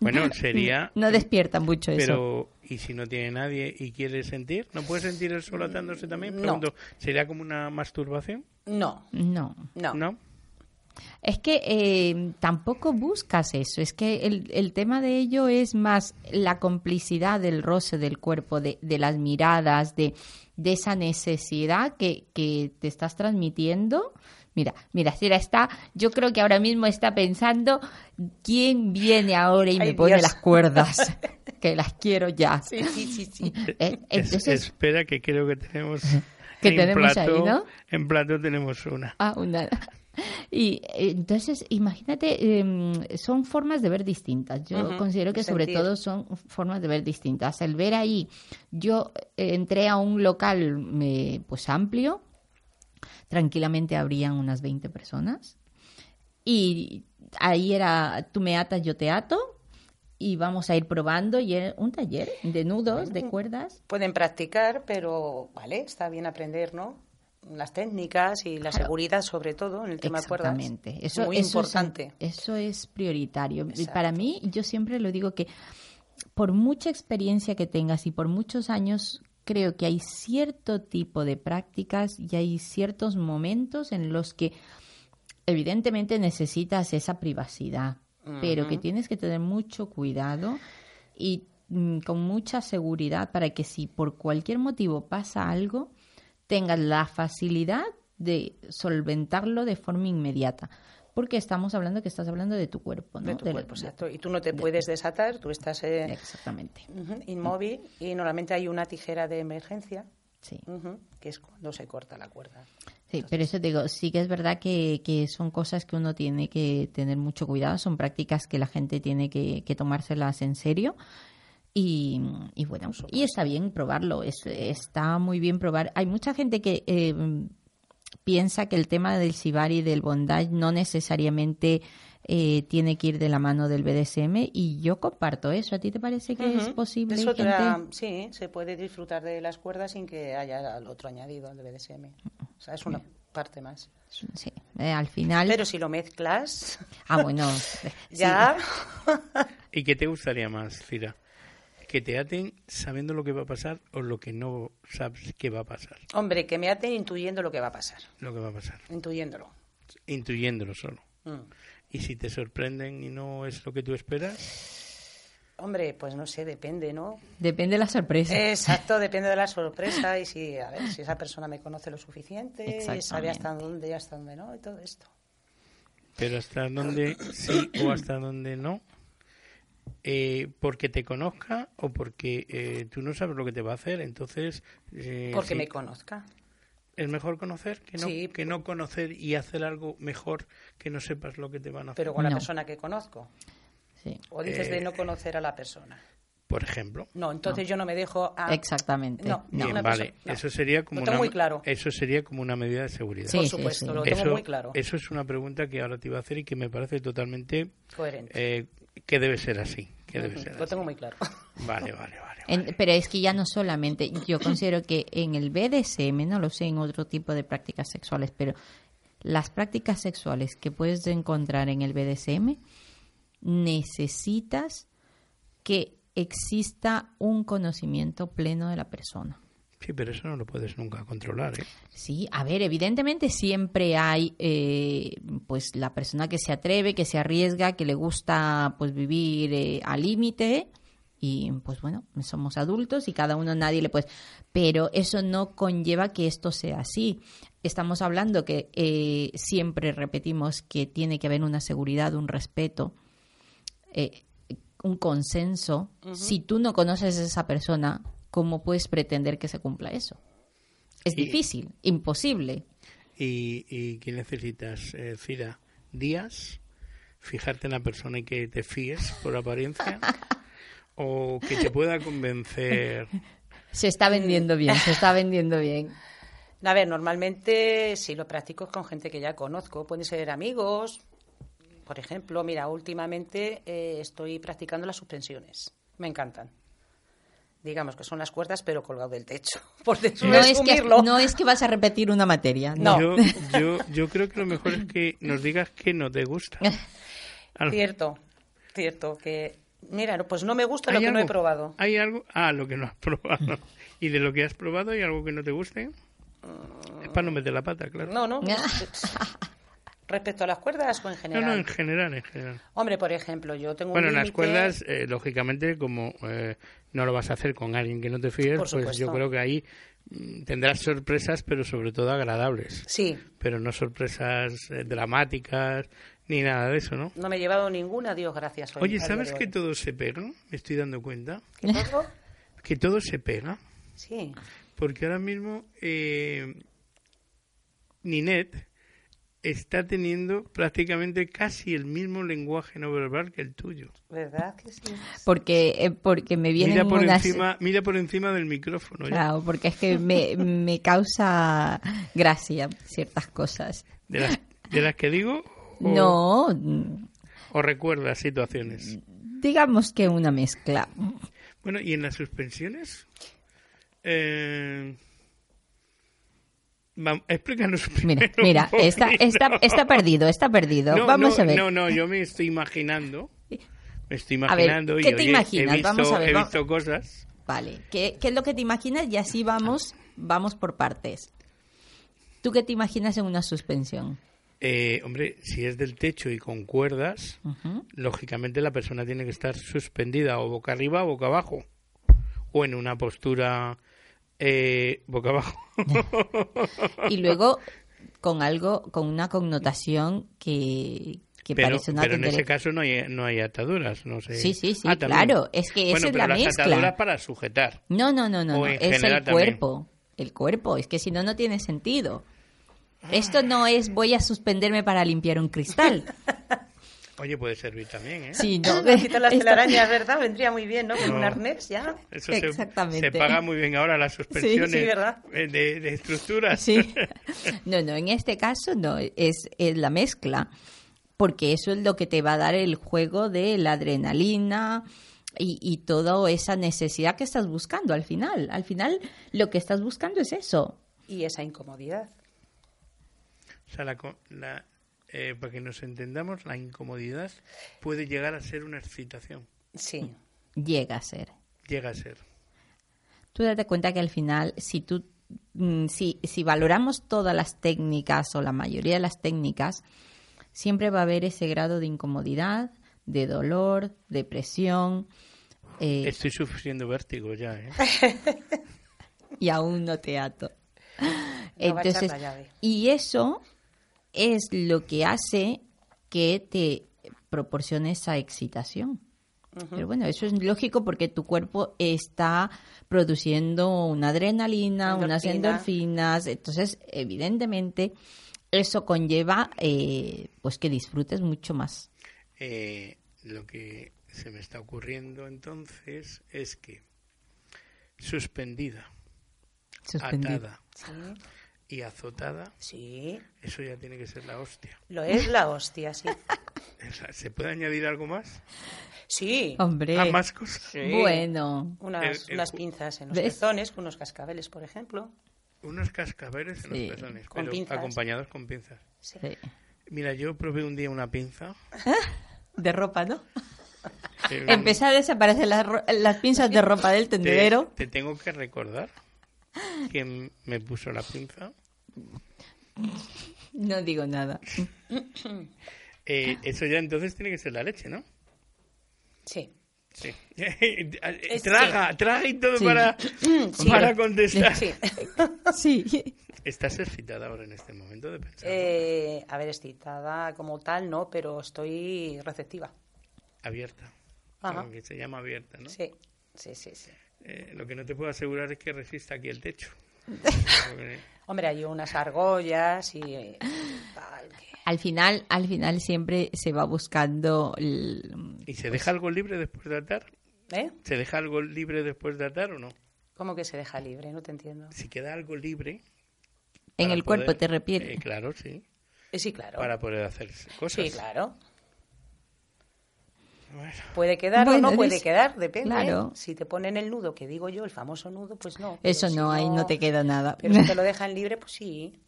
Speaker 4: Bueno, sería
Speaker 2: no despierta mucho eso.
Speaker 4: Pero, ¿y si no tiene nadie y quiere sentir? ¿No puede sentir el solo atándose también?
Speaker 5: No.
Speaker 4: Pregunto, ¿sería como una masturbación?
Speaker 5: No,
Speaker 2: No.
Speaker 5: no.
Speaker 4: ¿No?
Speaker 2: Es que eh, tampoco buscas eso, es que el, el tema de ello es más la complicidad del roce del cuerpo, de, de las miradas, de, de esa necesidad que, que te estás transmitiendo. Mira, mira, Sira está, yo creo que ahora mismo está pensando quién viene ahora y me
Speaker 5: Ay,
Speaker 2: pone
Speaker 5: Dios.
Speaker 2: las cuerdas, que las quiero ya.
Speaker 5: Sí, sí, sí, sí.
Speaker 2: Eh,
Speaker 4: Es-
Speaker 2: Entonces,
Speaker 4: espera, que creo que tenemos.
Speaker 2: Que
Speaker 4: en
Speaker 2: tenemos ahí,
Speaker 4: plató-
Speaker 2: ¿no?
Speaker 4: En plato tenemos una.
Speaker 2: Ah, una. Y eh, entonces, imagínate, eh, son formas de ver distintas. Yo
Speaker 5: Ujú,
Speaker 2: considero que sobre
Speaker 5: sentir.
Speaker 2: todo son formas de ver distintas. El ver ahí, yo eh, entré a un local me, pues amplio, tranquilamente habrían unas 20 personas. Y ahí era, tú me atas, yo te ato. Y vamos a ir probando y era un taller de nudos, de cuerdas.
Speaker 5: Pueden practicar, pero vale, está bien aprender, ¿no? Las técnicas y la seguridad, sobre todo, en el tema de cuerdas.
Speaker 2: Exactamente. Eso,
Speaker 5: Muy
Speaker 2: eso
Speaker 5: importante.
Speaker 2: Es, eso es prioritario. Y
Speaker 5: Exacto.
Speaker 2: Para mí, yo siempre lo digo que por mucha experiencia que tengas y por muchos años, creo que hay cierto tipo de prácticas y hay ciertos momentos en los que evidentemente necesitas esa privacidad pero que tienes que tener mucho cuidado y mm, con mucha seguridad para que si por cualquier motivo pasa algo, tengas la facilidad de solventarlo de forma inmediata. Porque estamos hablando que estás hablando de tu cuerpo, ¿no?
Speaker 5: de tu
Speaker 2: Del-
Speaker 5: cuerpo,
Speaker 2: de-
Speaker 5: exacto. Y tú no te puedes desatar, tú estás eh,
Speaker 2: Exactamente.
Speaker 5: ujú, inmóvil y normalmente hay una tijera de emergencia,
Speaker 2: Sí.
Speaker 5: ujú, que es cuando se corta la cuerda.
Speaker 2: Sí, pero eso te digo, sí que es verdad que, que son cosas que uno tiene que tener mucho cuidado, son prácticas que la gente tiene que, que tomárselas en serio. Y, y bueno, y está bien probarlo, es- está muy bien probar. Hay mucha gente que eh, piensa que el tema del Shibari y del bondage no necesariamente eh, tiene que ir de la mano del BDSM y yo comparto eso. ¿A ti te parece que es
Speaker 5: Ujú.
Speaker 2: posible?
Speaker 5: Es
Speaker 2: hay
Speaker 5: otra-
Speaker 2: gente?
Speaker 5: sí, se puede disfrutar de las cuerdas sin que haya al otro añadido al BDSM. O sea, es una parte más.
Speaker 2: Sí, eh, al final...
Speaker 5: Pero si lo mezclas,
Speaker 2: Ah, bueno.
Speaker 5: ya.
Speaker 4: ¿Y qué te gustaría más, Cira? ¿Que te aten sabiendo lo que va a pasar o lo que no sabes que va a pasar?
Speaker 5: Hombre, que me aten intuyendo lo que va a pasar.
Speaker 4: Lo que va a pasar,
Speaker 5: Intuyéndolo.
Speaker 4: intuyéndolo solo.
Speaker 5: Mm.
Speaker 4: Y si te sorprenden y no es lo que tú esperas,
Speaker 5: Hombre, pues no sé, depende, ¿no?
Speaker 2: Depende de la sorpresa.
Speaker 5: Eh, Exacto, depende de la sorpresa y si, a ver, si esa persona me conoce lo suficiente, y sabe
Speaker 2: Exactamente.
Speaker 5: hasta dónde y hasta dónde no y todo esto.
Speaker 4: pero hasta dónde sí o hasta dónde no, eh, porque te conozca o porque eh, tú no sabes lo que te va a hacer, entonces... eh,
Speaker 5: Porque
Speaker 4: sí,
Speaker 5: me conozca.
Speaker 4: es mejor conocer que no,
Speaker 5: Sí.
Speaker 4: que no conocer y hacer algo mejor que no sepas lo que te van a hacer.
Speaker 5: Pero con la
Speaker 2: No. Eh.
Speaker 5: persona que conozco.
Speaker 2: Sí,
Speaker 5: O dices de no conocer a la persona.
Speaker 4: Por ejemplo.
Speaker 5: No, entonces yo no me dejo a...
Speaker 2: exactamente.
Speaker 5: No,
Speaker 2: No.
Speaker 4: Bien,
Speaker 5: una
Speaker 4: vale.
Speaker 5: persona- no.
Speaker 4: Eso sería como
Speaker 5: Lo tengo
Speaker 4: una,
Speaker 5: muy claro.
Speaker 4: eso sería como una medida de seguridad.
Speaker 2: Sí,
Speaker 5: Por
Speaker 2: sí,
Speaker 5: supuesto,
Speaker 2: sí.
Speaker 5: lo tengo
Speaker 4: eso,
Speaker 5: muy claro.
Speaker 4: eso es una pregunta que ahora te iba a hacer y que me parece totalmente
Speaker 5: Coherente.
Speaker 4: eh, que debe ser así, que debe
Speaker 5: Ujú,
Speaker 4: ser
Speaker 5: Lo
Speaker 4: así.
Speaker 5: tengo muy claro.
Speaker 4: Vale, vale, vale.
Speaker 2: En-
Speaker 4: vale.
Speaker 2: pero es que ya no solamente, yo considero que en el BDSM, no lo sé, en otro tipo de prácticas sexuales, pero las prácticas sexuales que puedes encontrar en el BDSM, necesitas que exista un conocimiento pleno de la persona.
Speaker 4: Sí, pero eso no lo puedes nunca controlar. ¿eh?
Speaker 2: Sí, a ver, evidentemente siempre hay, eh, pues, la persona que se atreve, que se arriesga, que le gusta, pues, vivir eh, al límite. Y, pues, bueno, somos adultos y cada uno, nadie le puede... Pero eso no conlleva que esto sea así. Estamos hablando que eh, siempre repetimos que tiene que haber una seguridad, un respeto, eh, un consenso. Si tú no conoces a esa persona, ¿cómo puedes pretender que se cumpla eso? Es
Speaker 4: Y-
Speaker 2: difícil, imposible.
Speaker 4: ¿Y, y qué necesitas, eh, Cira? ¿Días? ¿Fijarte en la persona y que te fíes por apariencia? ¿O que te pueda convencer?
Speaker 2: Se está vendiendo bien, se está vendiendo bien.
Speaker 5: A ver, normalmente si lo practico es con gente que ya conozco. Pueden ser amigos. Por ejemplo, mira, últimamente eh, estoy practicando las suspensiones. Me encantan. Digamos que son las cuerdas, pero colgado del techo. Por
Speaker 2: No es, que,
Speaker 5: resumirlo.
Speaker 2: no es que vas a repetir una materia. No.
Speaker 5: No.
Speaker 4: Yo, yo, yo creo que lo mejor es que nos digas que no te gusta. A lo-
Speaker 5: Cierto, cierto. Que, mira, no, pues no me gusta
Speaker 4: ¿Hay
Speaker 5: lo que no he
Speaker 4: algo?
Speaker 5: probado.
Speaker 4: ¿Hay algo? Ah, lo que no has probado. ¿Y de lo que has probado hay algo que no te guste? Es para no meter la pata, claro.
Speaker 5: Mm. No, no.
Speaker 2: Ah.
Speaker 5: Respecto a las cuerdas o en
Speaker 4: No,
Speaker 5: general.
Speaker 4: no, en general, en general.
Speaker 5: Hombre, por ejemplo, yo tengo
Speaker 4: Bueno,
Speaker 5: un
Speaker 4: las
Speaker 5: límite-
Speaker 4: cuerdas, eh, lógicamente, como eh, no lo vas a hacer con alguien que no te fíes,
Speaker 5: Por
Speaker 4: pues yo
Speaker 5: supuesto.
Speaker 4: creo que ahí mm, tendrás sorpresas, pero sobre todo agradables.
Speaker 5: Sí,
Speaker 4: Pero no sorpresas eh, dramáticas ni nada de eso, ¿no?
Speaker 5: no me he llevado ninguna, Dios gracias. hoy,
Speaker 4: Oye,
Speaker 5: a día
Speaker 4: ¿sabes
Speaker 5: de
Speaker 4: que
Speaker 5: hoy.
Speaker 4: todo se pega? Me estoy dando cuenta.
Speaker 5: ¿Qué todo?
Speaker 4: Que todo se pega.
Speaker 5: Sí.
Speaker 4: Porque ahora mismo eh, Ninette está teniendo prácticamente casi el mismo lenguaje no verbal que el tuyo.
Speaker 5: ¿Verdad que sí?
Speaker 2: Porque, eh, porque me vienen
Speaker 4: Mira por,
Speaker 2: unas...
Speaker 4: encima, mira por encima del micrófono. ¿eh? ¿ya?
Speaker 2: Claro, porque es que me, me causa gracia ciertas cosas.
Speaker 4: De, las, de las que digo o,
Speaker 2: No,
Speaker 4: Oh. o recuerdas situaciones.
Speaker 2: digamos que una mezcla.
Speaker 4: Bueno, ¿y en las suspensiones? Eh, vam- explícanos
Speaker 2: Mira,
Speaker 4: primero
Speaker 2: mira,
Speaker 4: un
Speaker 2: está,
Speaker 4: poquito.
Speaker 2: está, está perdido, está perdido.
Speaker 4: No,
Speaker 2: Vamos
Speaker 4: no,
Speaker 2: a ver.
Speaker 4: No, no, yo me estoy imaginando. Me estoy
Speaker 2: A ver,
Speaker 4: imaginando. y,
Speaker 2: ¿qué te
Speaker 4: oye,
Speaker 2: imaginas?
Speaker 4: He visto,
Speaker 2: Vamos a ver,
Speaker 4: he
Speaker 2: va-
Speaker 4: visto cosas.
Speaker 2: Vale, ¿Qué, qué es lo que te imaginas? Y así vamos, vamos por partes. ¿Tú qué te imaginas en una suspensión?
Speaker 4: Eh, hombre, si es del techo y con cuerdas,
Speaker 2: Ujú.
Speaker 4: lógicamente la persona tiene que estar suspendida o boca arriba o boca abajo. O en una postura eh, boca abajo.
Speaker 2: Y luego con algo, con una connotación que, que
Speaker 4: pero
Speaker 2: parece una
Speaker 4: pero en
Speaker 2: tontería.
Speaker 4: ese caso no hay, no hay ataduras. No sé.
Speaker 2: Sí, sí, sí,
Speaker 4: Ah, también.
Speaker 2: claro, es que esa
Speaker 4: Bueno,
Speaker 2: es
Speaker 4: pero
Speaker 2: la
Speaker 4: las
Speaker 2: mezcla.
Speaker 4: ataduras para sujetar.
Speaker 2: No, no, no, no,
Speaker 4: O
Speaker 2: no,
Speaker 4: en
Speaker 2: es
Speaker 4: general
Speaker 2: el
Speaker 4: también.
Speaker 2: cuerpo, el cuerpo, es que si no, no tiene sentido. Esto no es voy a suspenderme para limpiar un cristal.
Speaker 4: Oye, puede servir también, ¿eh?
Speaker 2: Sí, no,
Speaker 6: Quitar las
Speaker 2: esto-
Speaker 6: telarañas, ¿verdad? Vendría muy bien, ¿no? Con un
Speaker 4: No.
Speaker 6: arnés ya.
Speaker 4: Eso se-
Speaker 2: Exactamente.
Speaker 4: Se, paga muy bien ahora las suspensiones
Speaker 6: sí, ¿verdad?
Speaker 4: eh, de, de estructuras.
Speaker 2: Sí. No, no, en este caso no, es, es la mezcla, porque eso es lo que te va a dar el juego de la adrenalina y, y toda esa necesidad que estás buscando al final. Al final lo que estás buscando es eso.
Speaker 5: Y esa incomodidad.
Speaker 4: O sea, la, co- la- eh, para que nos entendamos, la incomodidad puede llegar a ser una excitación.
Speaker 5: Sí.
Speaker 2: Llega a ser.
Speaker 4: Llega a ser.
Speaker 2: Tú date cuenta que al final, si tú, mm, si, si valoramos todas las técnicas o la mayoría de las técnicas, siempre va a haber ese grado de incomodidad, de dolor, depresión. eh,
Speaker 4: Estoy sufriendo vértigo ya, ¿eh?
Speaker 2: y aún no te ato.
Speaker 5: No va a echar
Speaker 2: Entonces,
Speaker 5: la llave.
Speaker 2: y eso es lo que hace que te proporcione esa excitación. Pero bueno, eso es lógico porque tu cuerpo está produciendo una adrenalina, unas
Speaker 6: Endorfina.
Speaker 2: endorfinas, entonces evidentemente eso conlleva eh, pues que disfrutes mucho más.
Speaker 4: Eh, lo que se me está ocurriendo entonces es que suspendida,
Speaker 2: Suspendido.
Speaker 4: atada
Speaker 5: Sí.
Speaker 4: y azotada,
Speaker 5: Sí.
Speaker 4: eso ya tiene que ser la hostia.
Speaker 5: Lo es la hostia, sí.
Speaker 4: O sea, ¿Se puede añadir algo más?
Speaker 5: Sí.
Speaker 2: Hombre,
Speaker 4: Ah, más cosas?
Speaker 5: Sí.
Speaker 2: bueno,
Speaker 5: Unas,
Speaker 4: El- el
Speaker 5: unas
Speaker 4: ju-
Speaker 5: pinzas en los
Speaker 2: ¿Ves?
Speaker 5: pezones, unos cascabeles, por ejemplo.
Speaker 4: Unos cascabeles en
Speaker 2: Sí.
Speaker 4: los pezones,
Speaker 5: Con
Speaker 4: pero
Speaker 5: pinzas.
Speaker 4: acompañados con pinzas.
Speaker 5: Sí.
Speaker 2: sí.
Speaker 4: Mira, yo probé un día una pinza.
Speaker 2: de ropa, ¿no?
Speaker 4: eh,
Speaker 2: Empezar a desaparecer las, ro- las pinzas de ropa del
Speaker 4: te-
Speaker 2: tendedero.
Speaker 4: Te, tengo que recordar quién me puso la pinza.
Speaker 2: No digo nada.
Speaker 4: Eh, eso ya entonces tiene que ser la leche, ¿no?
Speaker 5: Sí.
Speaker 4: Sí. traga, traga y todo
Speaker 2: Sí.
Speaker 4: para, para contestar.
Speaker 5: Sí.
Speaker 2: Sí.
Speaker 4: Estás excitada ahora en este momento de pensar.
Speaker 5: Eh, a ver, excitada como tal, no, pero estoy receptiva.
Speaker 4: Abierta.
Speaker 5: ajá.
Speaker 4: Como que se llama abierta, ¿no?
Speaker 5: Sí, sí, sí, sí.
Speaker 4: Eh, lo que no te puedo asegurar es que resista aquí el techo. Porque
Speaker 5: Hombre, hay unas argollas y eh, tal. que-
Speaker 2: Al final, al final siempre se va buscando el-
Speaker 4: ¿Y se deja algo libre después de atar?
Speaker 5: ¿Eh?
Speaker 4: ¿Se deja algo libre después de atar o no?
Speaker 5: ¿Cómo que se deja libre? No te entiendo.
Speaker 4: Si queda algo libre...
Speaker 2: en
Speaker 4: para
Speaker 2: el
Speaker 4: poder-
Speaker 2: cuerpo, te refiere.
Speaker 4: Eh, claro, sí.
Speaker 5: Eh, Sí, claro.
Speaker 4: Para poder hacer cosas.
Speaker 5: Sí, claro.
Speaker 4: Bueno,
Speaker 5: Puede quedar
Speaker 2: Bueno,
Speaker 5: o no puede
Speaker 2: dice-
Speaker 5: quedar, depende. ¿eh?
Speaker 2: Claro.
Speaker 5: Si te ponen el nudo, que digo yo, el famoso nudo, pues no. pero
Speaker 2: Eso
Speaker 5: si
Speaker 2: no, ahí no te queda nada.
Speaker 5: Pero si te lo dejan libre, pues sí.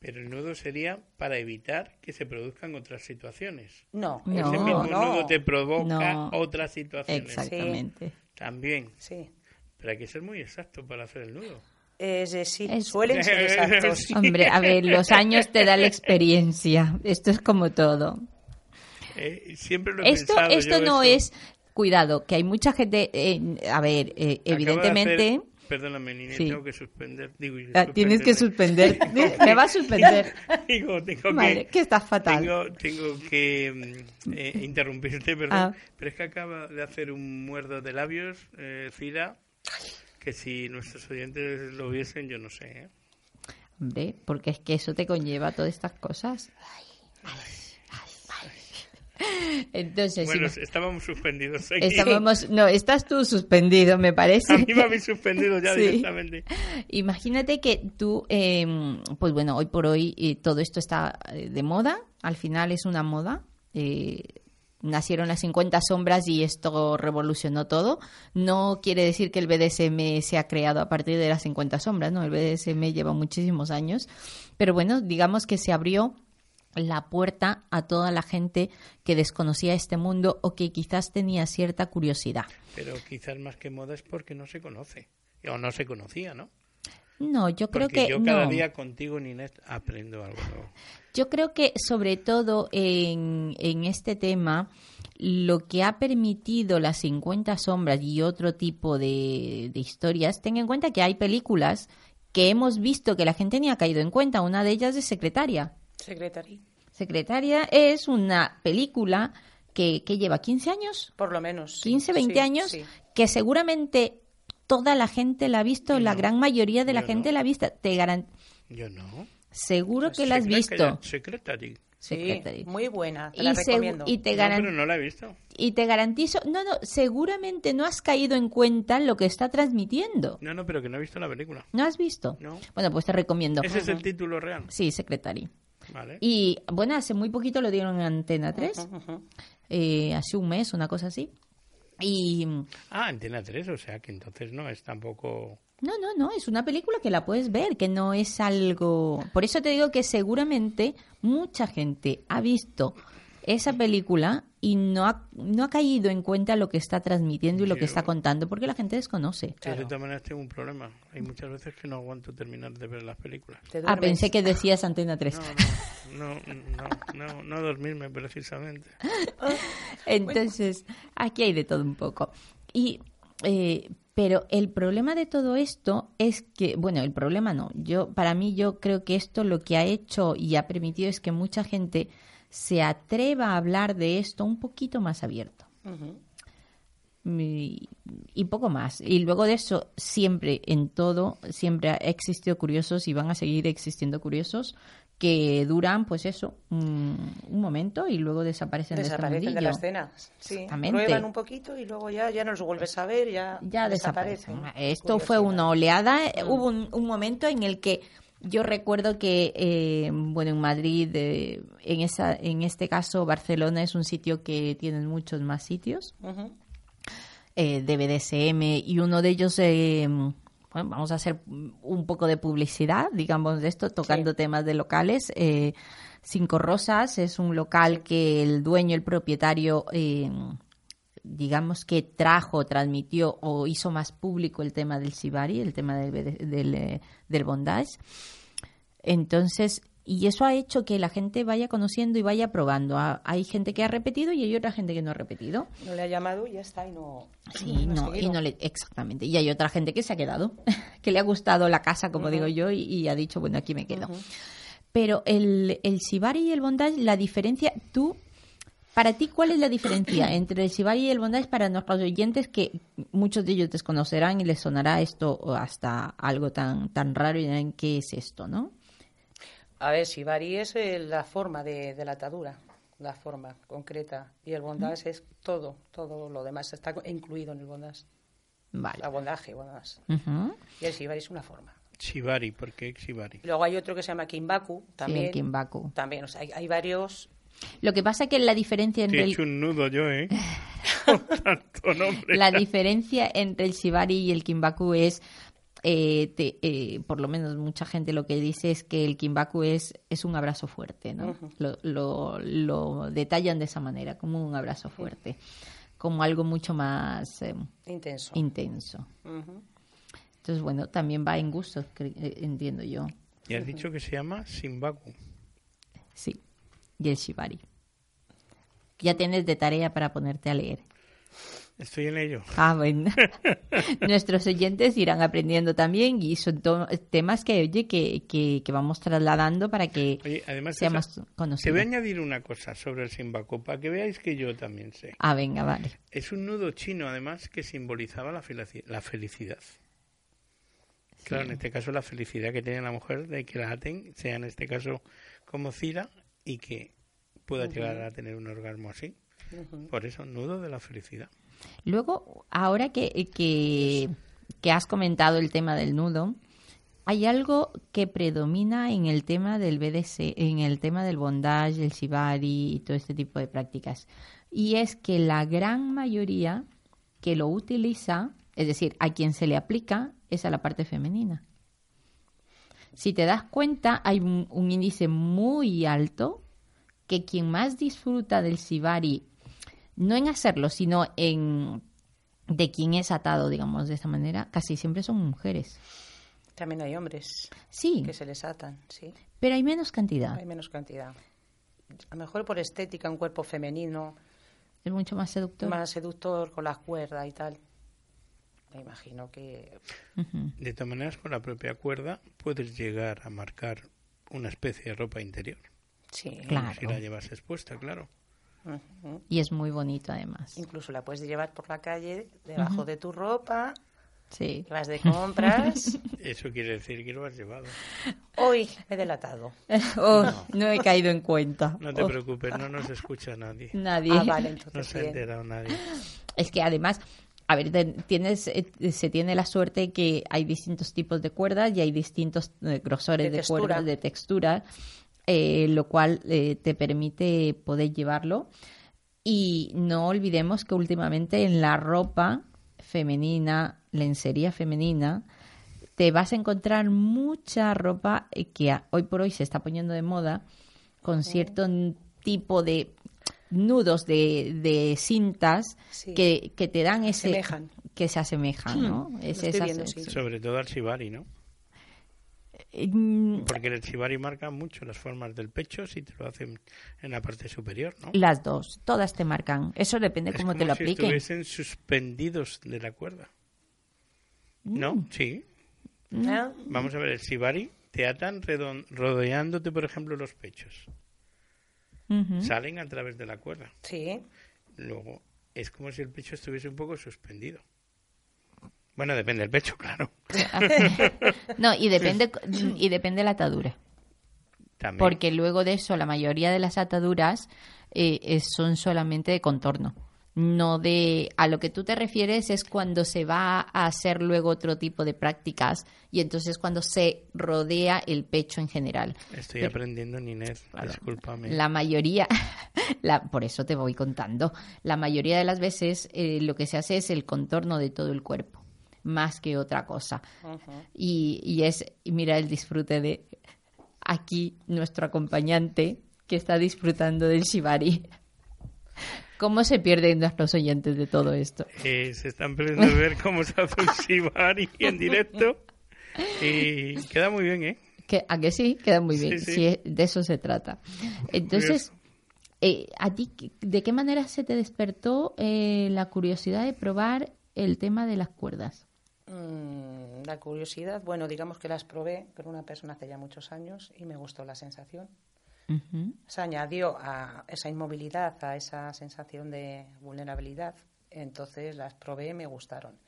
Speaker 4: pero el nudo sería para evitar que se produzcan otras situaciones.
Speaker 5: No,
Speaker 2: No.
Speaker 5: el
Speaker 4: Ese
Speaker 5: nudo
Speaker 4: mismo
Speaker 5: no.
Speaker 4: nudo te provoca
Speaker 2: No.
Speaker 4: otras situaciones.
Speaker 2: Exactamente.
Speaker 4: También.
Speaker 5: Sí.
Speaker 4: Pero hay que ser muy exacto para hacer el nudo.
Speaker 5: Es, eh, sí,
Speaker 2: Es-
Speaker 5: suelen ser exactos.
Speaker 4: Sí.
Speaker 2: Hombre, a ver, los años te da la experiencia. Esto es como todo.
Speaker 4: Eh, siempre lo he
Speaker 2: Esto,
Speaker 4: pensado
Speaker 2: esto
Speaker 4: yo
Speaker 2: no es.
Speaker 4: eso.
Speaker 2: Cuidado, que hay mucha gente. eh, a ver, eh,
Speaker 4: Acabo de
Speaker 2: evidentemente.
Speaker 4: hacer- Perdóname, Nini,
Speaker 2: Sí.
Speaker 4: tengo que suspender. Digo,
Speaker 2: Ah, tienes que suspender. Me va a suspender.
Speaker 4: Digo, tengo que-
Speaker 2: Vale, que estás fatal.
Speaker 4: Tengo, tengo que mm, eh, interrumpirte, perdón.
Speaker 2: Ah.
Speaker 4: Pero es que acaba de hacer un muerdo de labios, eh, Cira, que si nuestros oyentes lo viesen, yo no sé. ¿eh?
Speaker 2: Hombre, porque es que eso te conlleva todas estas cosas. Entonces,
Speaker 4: Bueno,
Speaker 2: si-
Speaker 4: estábamos suspendidos aquí.
Speaker 2: estábamos, no, estás tú suspendido, me parece.
Speaker 4: A mí me habéis suspendido ya
Speaker 2: Sí.
Speaker 4: directamente.
Speaker 2: Imagínate que tú, eh, pues bueno, hoy por hoy eh, todo esto está eh, de moda, al final es una moda. eh, nacieron las 50 sombras y esto revolucionó todo. No quiere decir que el BDSM se ha creado a partir de las 50 sombras, ¿no? El BDSM lleva muchísimos años, pero bueno, digamos que se abrió la puerta a toda la gente que desconocía este mundo o que quizás tenía cierta curiosidad.
Speaker 4: Pero quizás más que moda es porque no se conoce. O no se conocía, ¿no?
Speaker 2: No, yo creo
Speaker 4: Porque
Speaker 2: que
Speaker 4: yo cada
Speaker 2: no.
Speaker 4: día contigo, Ninés, aprendo algo nuevo.
Speaker 2: Yo creo que sobre todo en, en este tema lo que ha permitido las 50 sombras y otro tipo de, de historias, ten en cuenta que hay películas que hemos visto que la gente ni ha caído en cuenta. Una de ellas es Secretaria.
Speaker 6: Secretary.
Speaker 2: Secretaria es una película que, que lleva 15 años,
Speaker 6: Por lo menos. sí.
Speaker 2: 15, 20
Speaker 6: Sí,
Speaker 2: años,
Speaker 6: sí.
Speaker 2: que seguramente toda la gente la ha visto, la
Speaker 4: No,
Speaker 2: gran mayoría de la
Speaker 4: yo
Speaker 2: gente
Speaker 4: no.
Speaker 2: la ha visto. Te garan-
Speaker 4: Yo no.
Speaker 2: Seguro
Speaker 6: Pues
Speaker 2: que la has
Speaker 4: Secret-
Speaker 2: visto.
Speaker 4: Secretary.
Speaker 6: Sí,
Speaker 2: Secretary.
Speaker 6: muy buena. Te
Speaker 2: y,
Speaker 6: la
Speaker 2: segu-
Speaker 6: recomiendo.
Speaker 2: y te
Speaker 4: No,
Speaker 2: garan-
Speaker 4: pero no la he visto.
Speaker 2: y te garantizo, no, no, seguramente no has caído en cuenta lo que está transmitiendo.
Speaker 4: No, no, pero que no he visto la película.
Speaker 2: ¿No has visto?
Speaker 4: No.
Speaker 2: Bueno, pues te recomiendo.
Speaker 4: Ese es el título real.
Speaker 2: Sí, secretaria.
Speaker 4: Vale.
Speaker 2: Y bueno, hace muy poquito lo dieron en Antena 3, eh, hace un mes, una cosa así. Y no,
Speaker 4: Ah, Antena 3, o sea que entonces no es tampoco...
Speaker 2: no, no, es una película que la puedes ver, que no es algo... Por eso te digo que seguramente mucha gente ha visto esa película y no ha, no ha caído en cuenta lo que está transmitiendo y lo que está contando, porque la gente desconoce.
Speaker 4: Yo de todas maneras tengo un problema. Hay muchas veces que no aguanto terminar de ver las películas.
Speaker 6: Te
Speaker 2: Ah,
Speaker 6: duermes.
Speaker 2: pensé que decías Antena 3.
Speaker 4: No, no, no, no dormirme precisamente.
Speaker 2: Entonces, aquí hay de todo un poco. Y, eh, pero el problema de todo esto es que, bueno, el problema no. Yo, para mí, yo creo que esto lo que ha hecho y ha permitido es que mucha gente se atreva a hablar de esto un poquito más abierto. Y, y poco más. Y luego de eso, siempre, en todo, siempre ha existido curiosos y van a seguir existiendo curiosos que duran, pues eso, un, un momento y luego desaparecen, de
Speaker 6: Desaparecen
Speaker 2: este
Speaker 6: de la
Speaker 2: mundillo.
Speaker 6: escena. Sí.
Speaker 2: Exactamente.
Speaker 6: Prueban un poquito y luego ya, ya no los vuelves a ver, ya,
Speaker 2: ya desaparecen.
Speaker 6: desaparecen.
Speaker 2: Esto fue una oleada. Eh, Hubo un, un momento en el que yo recuerdo que, eh, bueno, en Madrid, eh, en, esa, en este caso Barcelona es un sitio que tienen muchos más sitios eh, de BDSM y uno de ellos, eh, bueno, vamos a hacer un poco de publicidad, digamos, de esto, tocando temas de locales. eh, Cinco Rosas es un local que el dueño, el propietario, eh, digamos que trajo, transmitió o hizo más público el tema del Shibari, el tema del, BD del, eh, del bondage. Entonces, y eso ha hecho que la gente vaya conociendo y vaya probando. Ha- Hay gente que ha repetido y hay otra gente que no ha repetido.
Speaker 6: No le ha llamado y ya está. Y no,
Speaker 2: Sí,
Speaker 6: ha
Speaker 2: no, y
Speaker 6: seguido.
Speaker 2: no le, exactamente. Y hay otra gente que se ha quedado, que le ha gustado la casa, como digo yo, y, y ha dicho, bueno, aquí me quedo. Pero el, el shibari y el bondage, la diferencia, tú, para ti, ¿cuál es la diferencia entre el shibari y el bondage para nuestros oyentes que muchos de ellos desconocerán y les sonará esto hasta algo tan, tan raro y dirán, ¿qué es esto, no?
Speaker 6: A ver, Shibari es eh, la forma de, de la atadura, la forma concreta. Y el bondage es todo, todo lo demás está incluido en el bondage.
Speaker 2: Vale.
Speaker 6: La bondaje, bondage.
Speaker 2: Ujú.
Speaker 6: Y el Shibari es una forma.
Speaker 4: Shibari, ¿por qué Shibari?
Speaker 6: Y Luego hay otro que se llama Kimbaku, también.
Speaker 2: Kinbaku.
Speaker 6: También, o sea, hay, hay varios.
Speaker 2: Lo que pasa es que la diferencia
Speaker 4: Te
Speaker 2: entre
Speaker 4: he
Speaker 2: el,
Speaker 4: hecho un nudo yo, ¿eh? Con tanto nombre.
Speaker 2: La diferencia entre el shibari y el kimbaku es, eh, te- eh, por lo menos mucha gente lo que dice es que el kimbaku es, es un abrazo fuerte, ¿no? lo, lo- lo detallan de esa manera, como un abrazo fuerte, como algo mucho más eh,
Speaker 6: Intenso.
Speaker 2: intenso. Entonces, bueno, también va en gustos, cre- eh, entiendo yo.
Speaker 4: Y has dicho que se llama Simbaku.
Speaker 2: Sí, y el shibari. Ya tienes de tarea para ponerte a leer.
Speaker 4: Estoy en ello.
Speaker 2: Ah, bueno. Nuestros oyentes irán aprendiendo también y son to- temas que, oye, que, que, que vamos trasladando para que
Speaker 4: Oye, además,
Speaker 2: sea
Speaker 4: esa-
Speaker 2: más
Speaker 4: Te
Speaker 2: conocido.
Speaker 4: voy a añadir una cosa sobre el Simbaku, para que veáis que yo también sé.
Speaker 2: Ah, venga, vale.
Speaker 4: Es un nudo chino, además, que simbolizaba la, felici- la felicidad. Claro, en este caso la felicidad que tiene la mujer de que la aten, sea en este caso como Cira, y que pueda llegar a tener un orgasmo así. Por eso, nudo de la felicidad.
Speaker 2: Luego, ahora que, que, que has comentado el tema del nudo, hay algo que predomina en el tema del BDC, en el tema del bondage, el shibari y todo este tipo de prácticas. Y es que la gran mayoría que lo utiliza, es decir, a quien se le aplica, es a la parte femenina. Si te das cuenta, hay un, un índice muy alto que quien más disfruta del shibari no en hacerlo, sino en de quien es atado, digamos, de esta manera, casi siempre son mujeres.
Speaker 5: También hay hombres
Speaker 2: Sí, Ah.
Speaker 5: que se les atan, sí.
Speaker 2: pero hay menos cantidad.
Speaker 5: Hay menos cantidad. A lo mejor por estética, un cuerpo femenino,
Speaker 2: Es mucho más seductor.
Speaker 5: más seductor, con las cuerdas y tal. Me imagino que
Speaker 2: Ujú.
Speaker 4: De todas maneras, con la propia cuerda puedes llegar a marcar una especie de ropa interior.
Speaker 5: sí.
Speaker 2: Claro.
Speaker 4: Si la llevas expuesta, claro.
Speaker 5: Ujú.
Speaker 2: Y es muy bonito además.
Speaker 5: Incluso la puedes llevar por la calle debajo de tu ropa,
Speaker 2: Sí.
Speaker 5: que vas de compras.
Speaker 4: Eso quiere decir que lo has llevado.
Speaker 5: Hoy me he delatado.
Speaker 2: Oh, no he caído en cuenta.
Speaker 4: No te
Speaker 2: Oh,
Speaker 4: preocupes, no nos escucha nadie.
Speaker 2: Nadie.
Speaker 5: Ah, vale,
Speaker 4: No
Speaker 5: entonces
Speaker 4: se ha
Speaker 5: bien.
Speaker 4: enterado nadie.
Speaker 2: Es que además, a ver, te- tienes, eh, se tiene la suerte que hay distintos tipos de cuerdas y hay distintos eh, grosores
Speaker 5: De
Speaker 2: de,
Speaker 5: textura.
Speaker 2: cuerdas, de textura, eh, lo cual eh, te permite poder llevarlo. Y no olvidemos que últimamente en la ropa femenina, lencería femenina, te vas a encontrar mucha ropa eh, que a- hoy por hoy se está poniendo de moda con cierto n- tipo de nudos de, de cintas
Speaker 5: Sí.
Speaker 2: que, que te dan ese
Speaker 5: Asemejan. Hmm.
Speaker 2: que se asemejan, ¿no? Ese-
Speaker 5: estoy
Speaker 2: esa-
Speaker 5: viendo, sí.
Speaker 4: Sobre todo al shibari, ¿no?
Speaker 2: Eh, mm,
Speaker 4: Porque el shibari marca mucho las formas del pecho si te lo hacen en la parte superior, ¿no?
Speaker 2: las dos, todas te marcan. Eso depende
Speaker 4: es
Speaker 2: cómo
Speaker 4: como
Speaker 2: te lo
Speaker 4: si
Speaker 2: apliquen.
Speaker 4: estuviesen suspendidos de la cuerda.
Speaker 2: Mm.
Speaker 4: ¿No? Sí.
Speaker 5: ¿Eh?
Speaker 4: Vamos a ver, el shibari te atan redon- rodeándote, por ejemplo, los pechos.
Speaker 2: Ujú.
Speaker 4: Salen a través de la cuerda.
Speaker 5: Sí,
Speaker 4: Luego, es como si el pecho estuviese un poco suspendido. Bueno, depende del pecho, claro.
Speaker 2: No, y depende y depende la atadura.
Speaker 4: También.
Speaker 2: Porque luego de eso, la mayoría de las ataduras eh, eh, son solamente de contorno. No de. A lo que tú te refieres es cuando se va a hacer luego otro tipo de prácticas y entonces cuando se rodea el pecho en general.
Speaker 4: Estoy aprendiendo, Ninés. Discúlpame.
Speaker 2: La mayoría, la- por eso te voy contando, la mayoría de las veces eh, lo que se hace es el contorno de todo el cuerpo, más que otra cosa. y, y es, y mira el disfrute de aquí nuestro acompañante que está disfrutando del shibari. ¿Cómo se pierden los oyentes de todo esto?
Speaker 4: Eh, se están empezando a ver cómo se hace un shibari en directo. Y queda muy bien, ¿eh?
Speaker 2: Que, ¿A que sí? Queda muy bien.
Speaker 4: Sí, sí.
Speaker 2: Sí, de eso se trata. Entonces, eh, ¿a ti qué- de qué manera se te despertó eh, la curiosidad de probar el tema de las cuerdas?
Speaker 5: Mm, la curiosidad, bueno, digamos que las probé con una persona hace ya muchos años y me gustó la sensación.
Speaker 2: Ujú.
Speaker 5: Se añadió a esa inmovilidad, a esa sensación de vulnerabilidad. Entonces las probé y me gustaron.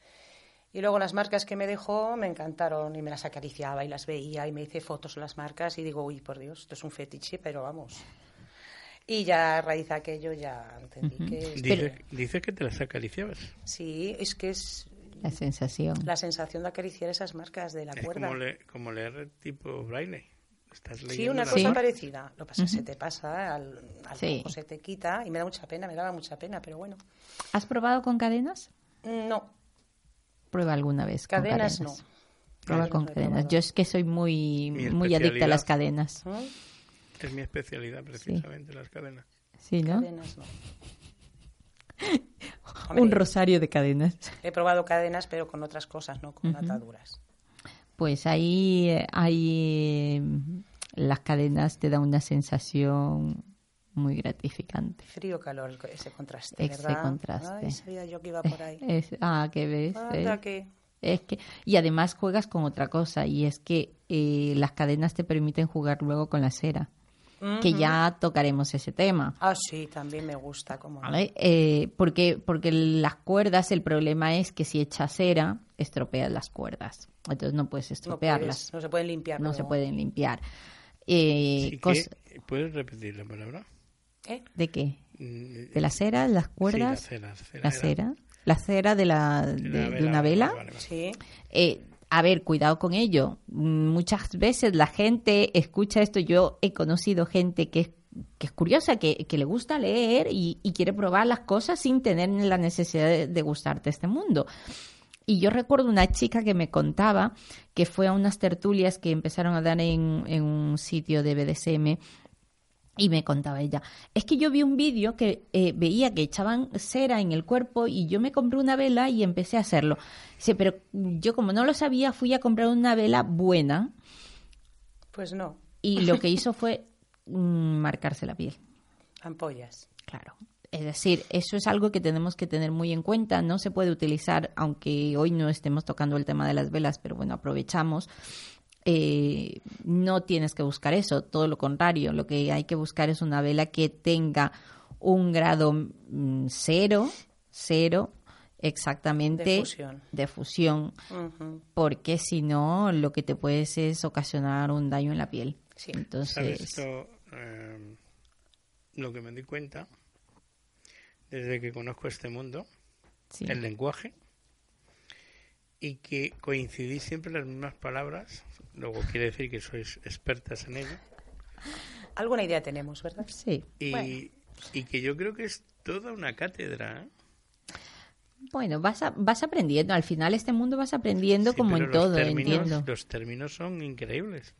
Speaker 5: Y luego las marcas que me dejó me encantaron y me las acariciaba y las veía y me hice fotos de las marcas y digo, uy, por Dios, esto es un fetiche, pero vamos. Y ya a raíz de aquello ya entendí que...
Speaker 4: Dices dice que te las acariciabas.
Speaker 5: Sí, es que es
Speaker 2: La sensación.
Speaker 5: la sensación de acariciar esas marcas de la
Speaker 4: Es
Speaker 5: cuerda.
Speaker 4: como, le- como leer tipo braille. Estás
Speaker 5: Sí,
Speaker 4: leyendo
Speaker 5: una
Speaker 4: la-
Speaker 5: cosa
Speaker 2: Sí.
Speaker 5: parecida. Lo que pasa es que se te pasa, al, al
Speaker 2: Sí.
Speaker 5: poco se te quita y me da mucha pena, me daba mucha pena, pero bueno.
Speaker 2: ¿Has probado con cadenas?
Speaker 5: No,
Speaker 2: Prueba alguna vez. con
Speaker 5: cadenas no.
Speaker 2: Prueba
Speaker 5: Cadenas
Speaker 2: con
Speaker 5: no he
Speaker 2: cadenas.
Speaker 5: probado.
Speaker 2: Yo es que soy muy,
Speaker 4: Mi
Speaker 2: muy adicta a las
Speaker 4: especialidad.
Speaker 2: cadenas.
Speaker 5: ¿Mm?
Speaker 4: Es mi especialidad, precisamente, las cadenas.
Speaker 2: Sí, ¿no?
Speaker 5: Cadenas no.
Speaker 2: Un
Speaker 5: Hombre,
Speaker 2: rosario de cadenas.
Speaker 5: He probado cadenas, pero con otras cosas, no con ataduras.
Speaker 2: Pues ahí, eh, ahí eh, las cadenas te dan una sensación muy gratificante.
Speaker 5: Frío, calor, ese contraste,
Speaker 2: Ese
Speaker 5: ¿verdad?
Speaker 2: contraste.
Speaker 5: Ay, sabía yo que iba por ahí.
Speaker 2: Es, ah, que ves.
Speaker 5: Anda,
Speaker 2: eh.
Speaker 5: que-
Speaker 2: Es que, y además juegas con otra cosa, y es que eh, las cadenas te permiten jugar luego con la cera, que ya tocaremos ese tema.
Speaker 5: Ah, sí, también me gusta. Como no.
Speaker 2: ¿vale? Eh, porque, porque las cuerdas, el problema es que si echas cera, estropeas las cuerdas. Entonces no puedes
Speaker 5: No,
Speaker 2: estropearlas,
Speaker 5: puedes, no se pueden limpiar.
Speaker 2: no, se
Speaker 5: luego.
Speaker 2: pueden limpiar. Eh,
Speaker 4: Así
Speaker 2: cos-
Speaker 4: que, ¿Puedes repetir la palabra?
Speaker 5: ¿Eh?
Speaker 2: ¿De qué?
Speaker 4: Mm,
Speaker 2: ¿De la cera, las cuerdas?
Speaker 4: Sí, la cera, cera
Speaker 2: la
Speaker 4: era-
Speaker 2: cera. La cera de, la, de,
Speaker 4: era
Speaker 2: de una vela.
Speaker 4: vale, vale.
Speaker 5: Sí,
Speaker 2: Eh, a ver, cuidado con ello. Mm, Muchas veces la gente escucha esto. Yo he conocido gente que es, que es curiosa, que, que le gusta leer y, y quiere probar las cosas sin tener la necesidad de, de gustarte este mundo. Y yo recuerdo una chica que me contaba que fue a unas tertulias que empezaron a dar en, en un sitio de BDSM Y me contaba ella, es que yo vi un vídeo que eh, veía que echaban cera en el cuerpo y yo me compré una vela y empecé a hacerlo. Dice, pero yo como no lo sabía, fui a comprar una vela buena
Speaker 5: Pues no,
Speaker 2: y lo que hizo fue mm, marcarse la piel.
Speaker 5: ampollas.
Speaker 2: Claro. Es decir, eso es algo que tenemos que tener muy en cuenta. No se puede utilizar, aunque hoy no estemos tocando el tema de las velas, pero bueno, aprovechamos. Eh, no tienes que buscar eso, todo lo contrario. Lo que hay que buscar es una vela que tenga un grado mm, cero, cero, exactamente,
Speaker 5: De fusión.
Speaker 2: de fusión,
Speaker 5: Ujú.
Speaker 2: porque si no, lo que te puedes es ocasionar un daño en la piel.
Speaker 5: Sí.
Speaker 2: Entonces,
Speaker 4: ¿Sabes esto? Eh, lo que me di cuenta desde que conozco este mundo,
Speaker 2: sí.
Speaker 4: el lenguaje, y que coincidís siempre las mismas palabras, luego quiere decir que sois expertas en ello,
Speaker 5: Alguna idea tenemos, ¿verdad?
Speaker 2: sí.
Speaker 4: y, y que yo creo que es toda una cátedra. ¿eh?
Speaker 2: Bueno, vas, a- vas aprendiendo. Al final este mundo vas aprendiendo
Speaker 4: Sí,
Speaker 2: como
Speaker 4: pero
Speaker 2: en
Speaker 4: los
Speaker 2: todo,
Speaker 4: términos-
Speaker 2: entiendo. Eh,
Speaker 4: Los términos son increíbles.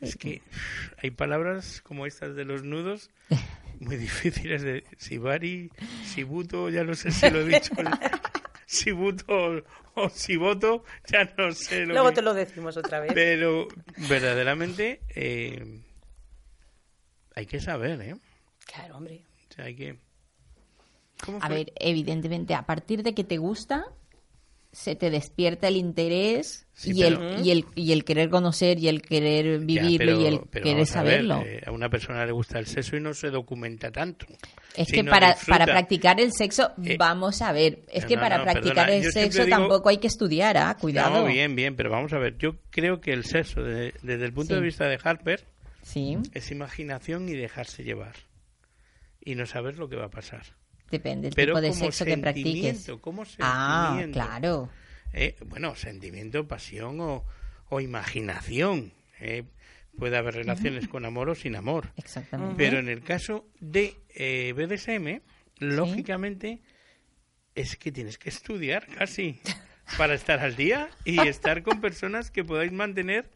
Speaker 4: Es que hay palabras como estas de los nudos muy difíciles de Sibari, Sibuto, ya no sé si lo he dicho. Sibuto o, o Siboto, ya no sé lo
Speaker 5: Luego
Speaker 4: que-
Speaker 5: te lo decimos otra vez.
Speaker 4: Pero verdaderamente eh, hay que saber, ¿eh?
Speaker 5: Claro, hombre.
Speaker 4: O sea, hay que... ¿Cómo
Speaker 2: A
Speaker 4: fue?
Speaker 2: ver, evidentemente, a partir de que te gusta, se te despierta el interés
Speaker 4: Sí,
Speaker 2: y, el,
Speaker 4: pero-
Speaker 2: y, el, y el querer conocer y el querer
Speaker 4: Ya,
Speaker 2: vivirlo
Speaker 4: pero-
Speaker 2: y el
Speaker 4: pero
Speaker 2: querer
Speaker 4: vamos a ver,
Speaker 2: saberlo.
Speaker 4: eh, a una persona le gusta el sexo y no se documenta tanto.
Speaker 2: es
Speaker 4: Si
Speaker 2: que
Speaker 4: no
Speaker 2: para,
Speaker 4: disfruta.
Speaker 2: para practicar el sexo,
Speaker 4: Eh,
Speaker 2: vamos a ver, es
Speaker 4: no,
Speaker 2: que
Speaker 4: no,
Speaker 2: para
Speaker 4: no,
Speaker 2: practicar
Speaker 4: perdona,
Speaker 2: el
Speaker 4: yo siempre
Speaker 2: sexo
Speaker 4: digo-
Speaker 2: tampoco hay que estudiar, ah, cuidado.
Speaker 4: No, bien, bien, pero vamos a ver. Yo creo que el sexo, de- desde el
Speaker 2: Sí.
Speaker 4: punto de vista de Harper,
Speaker 2: Sí,
Speaker 4: es imaginación y dejarse llevar. Y no saber lo que va a pasar.
Speaker 2: depende del
Speaker 4: Pero
Speaker 2: tipo de
Speaker 4: como
Speaker 2: sexo que practiques.
Speaker 4: sentimiento, como
Speaker 2: Ah,
Speaker 4: sentimiento.
Speaker 2: claro.
Speaker 4: Eh, bueno, sentimiento, pasión o, o imaginación. eh. puede haber relaciones con amor o sin amor.
Speaker 2: Exactamente.
Speaker 4: Pero en el caso de eh, BDSM, lógicamente es que tienes que estudiar casi para estar al día y estar con personas que podáis mantener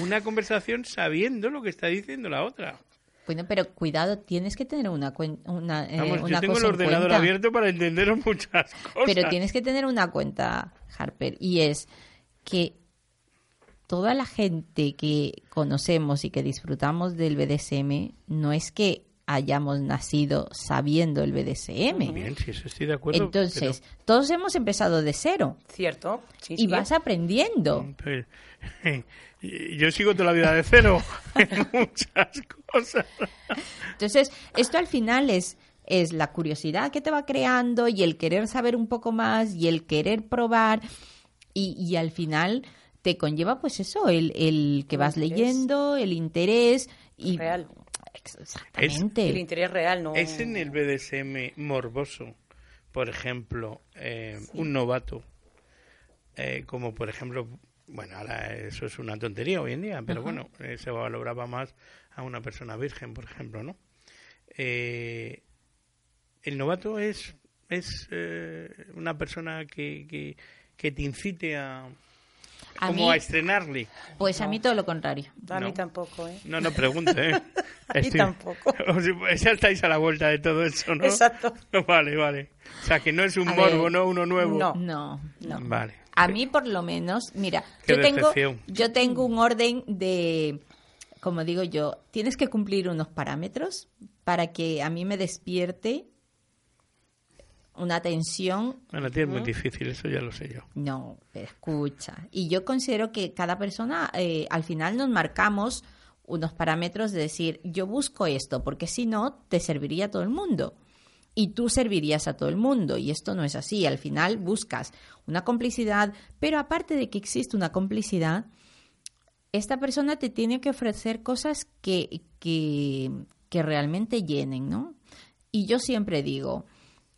Speaker 4: una conversación sabiendo lo que está diciendo la otra.
Speaker 2: Bueno, pero cuidado, tienes que tener una, cuen- una, eh,
Speaker 4: Vamos,
Speaker 2: una
Speaker 4: yo tengo el
Speaker 2: cosa en
Speaker 4: ordenador
Speaker 2: cuenta.
Speaker 4: abierto para entender muchas cosas.
Speaker 2: Pero tienes que tener una cuenta, Harper, y es que toda la gente que conocemos y que disfrutamos del BDSM no es que hayamos nacido sabiendo el
Speaker 4: Muy
Speaker 2: BDSM.
Speaker 4: bien, sí, eso estoy de acuerdo.
Speaker 2: Entonces, todos hemos empezado de cero
Speaker 5: Cierto. Sí,
Speaker 2: y
Speaker 5: sí.
Speaker 2: vas aprendiendo.
Speaker 4: pero- pero- yo sigo toda la vida de cero en muchas cosas.
Speaker 2: Entonces, esto al final es, es la curiosidad que te va creando y el querer saber un poco más y el querer probar y, y al final te conlleva pues eso, el, el que vas
Speaker 5: Interés.
Speaker 2: leyendo, el interés y...
Speaker 5: Real.
Speaker 2: Ex-
Speaker 5: El
Speaker 2: Exactamente.
Speaker 5: interés real no.
Speaker 4: Es en el BDSM morboso, por ejemplo, eh, un novato, eh, como por ejemplo, bueno, ahora eso es una tontería hoy en día, pero bueno, eh, se valoraba más a una persona virgen, por ejemplo, ¿no? Eh, el novato es, es eh, una persona que, que, que te incite a,
Speaker 2: A
Speaker 4: como
Speaker 2: mí-
Speaker 4: a estrenarle.
Speaker 2: Pues a mí todo lo contrario.
Speaker 5: A mí
Speaker 4: No.
Speaker 5: tampoco, ¿eh?
Speaker 4: No, no pregunte, ¿eh?
Speaker 5: mí tampoco.
Speaker 4: Os saltáis pues a la vuelta de todo eso, ¿no?
Speaker 5: Exacto.
Speaker 4: No, vale, vale. O sea, que no es un
Speaker 2: A
Speaker 4: morbo,
Speaker 2: ver,
Speaker 4: ¿no? Uno nuevo.
Speaker 5: no.
Speaker 2: No, no.
Speaker 4: Vale.
Speaker 2: A mí por lo menos, mira,
Speaker 4: Qué
Speaker 2: yo tengo,
Speaker 4: decepción.
Speaker 2: yo tengo un orden de, como digo yo, tienes que cumplir unos parámetros para que a mí me despierte una tensión.
Speaker 4: Bueno, tío, es muy difícil, eso ya lo sé yo.
Speaker 2: No, pero escucha. Y yo considero que cada persona, eh, al final nos marcamos unos parámetros de decir, yo busco esto, porque si no, te serviría a todo el mundo. Y tú servirías a todo el mundo. Y esto no es así. Al final buscas una complicidad, pero aparte de que existe una complicidad, esta persona te tiene que ofrecer cosas que, que, que realmente llenen, ¿no? Y yo siempre digo,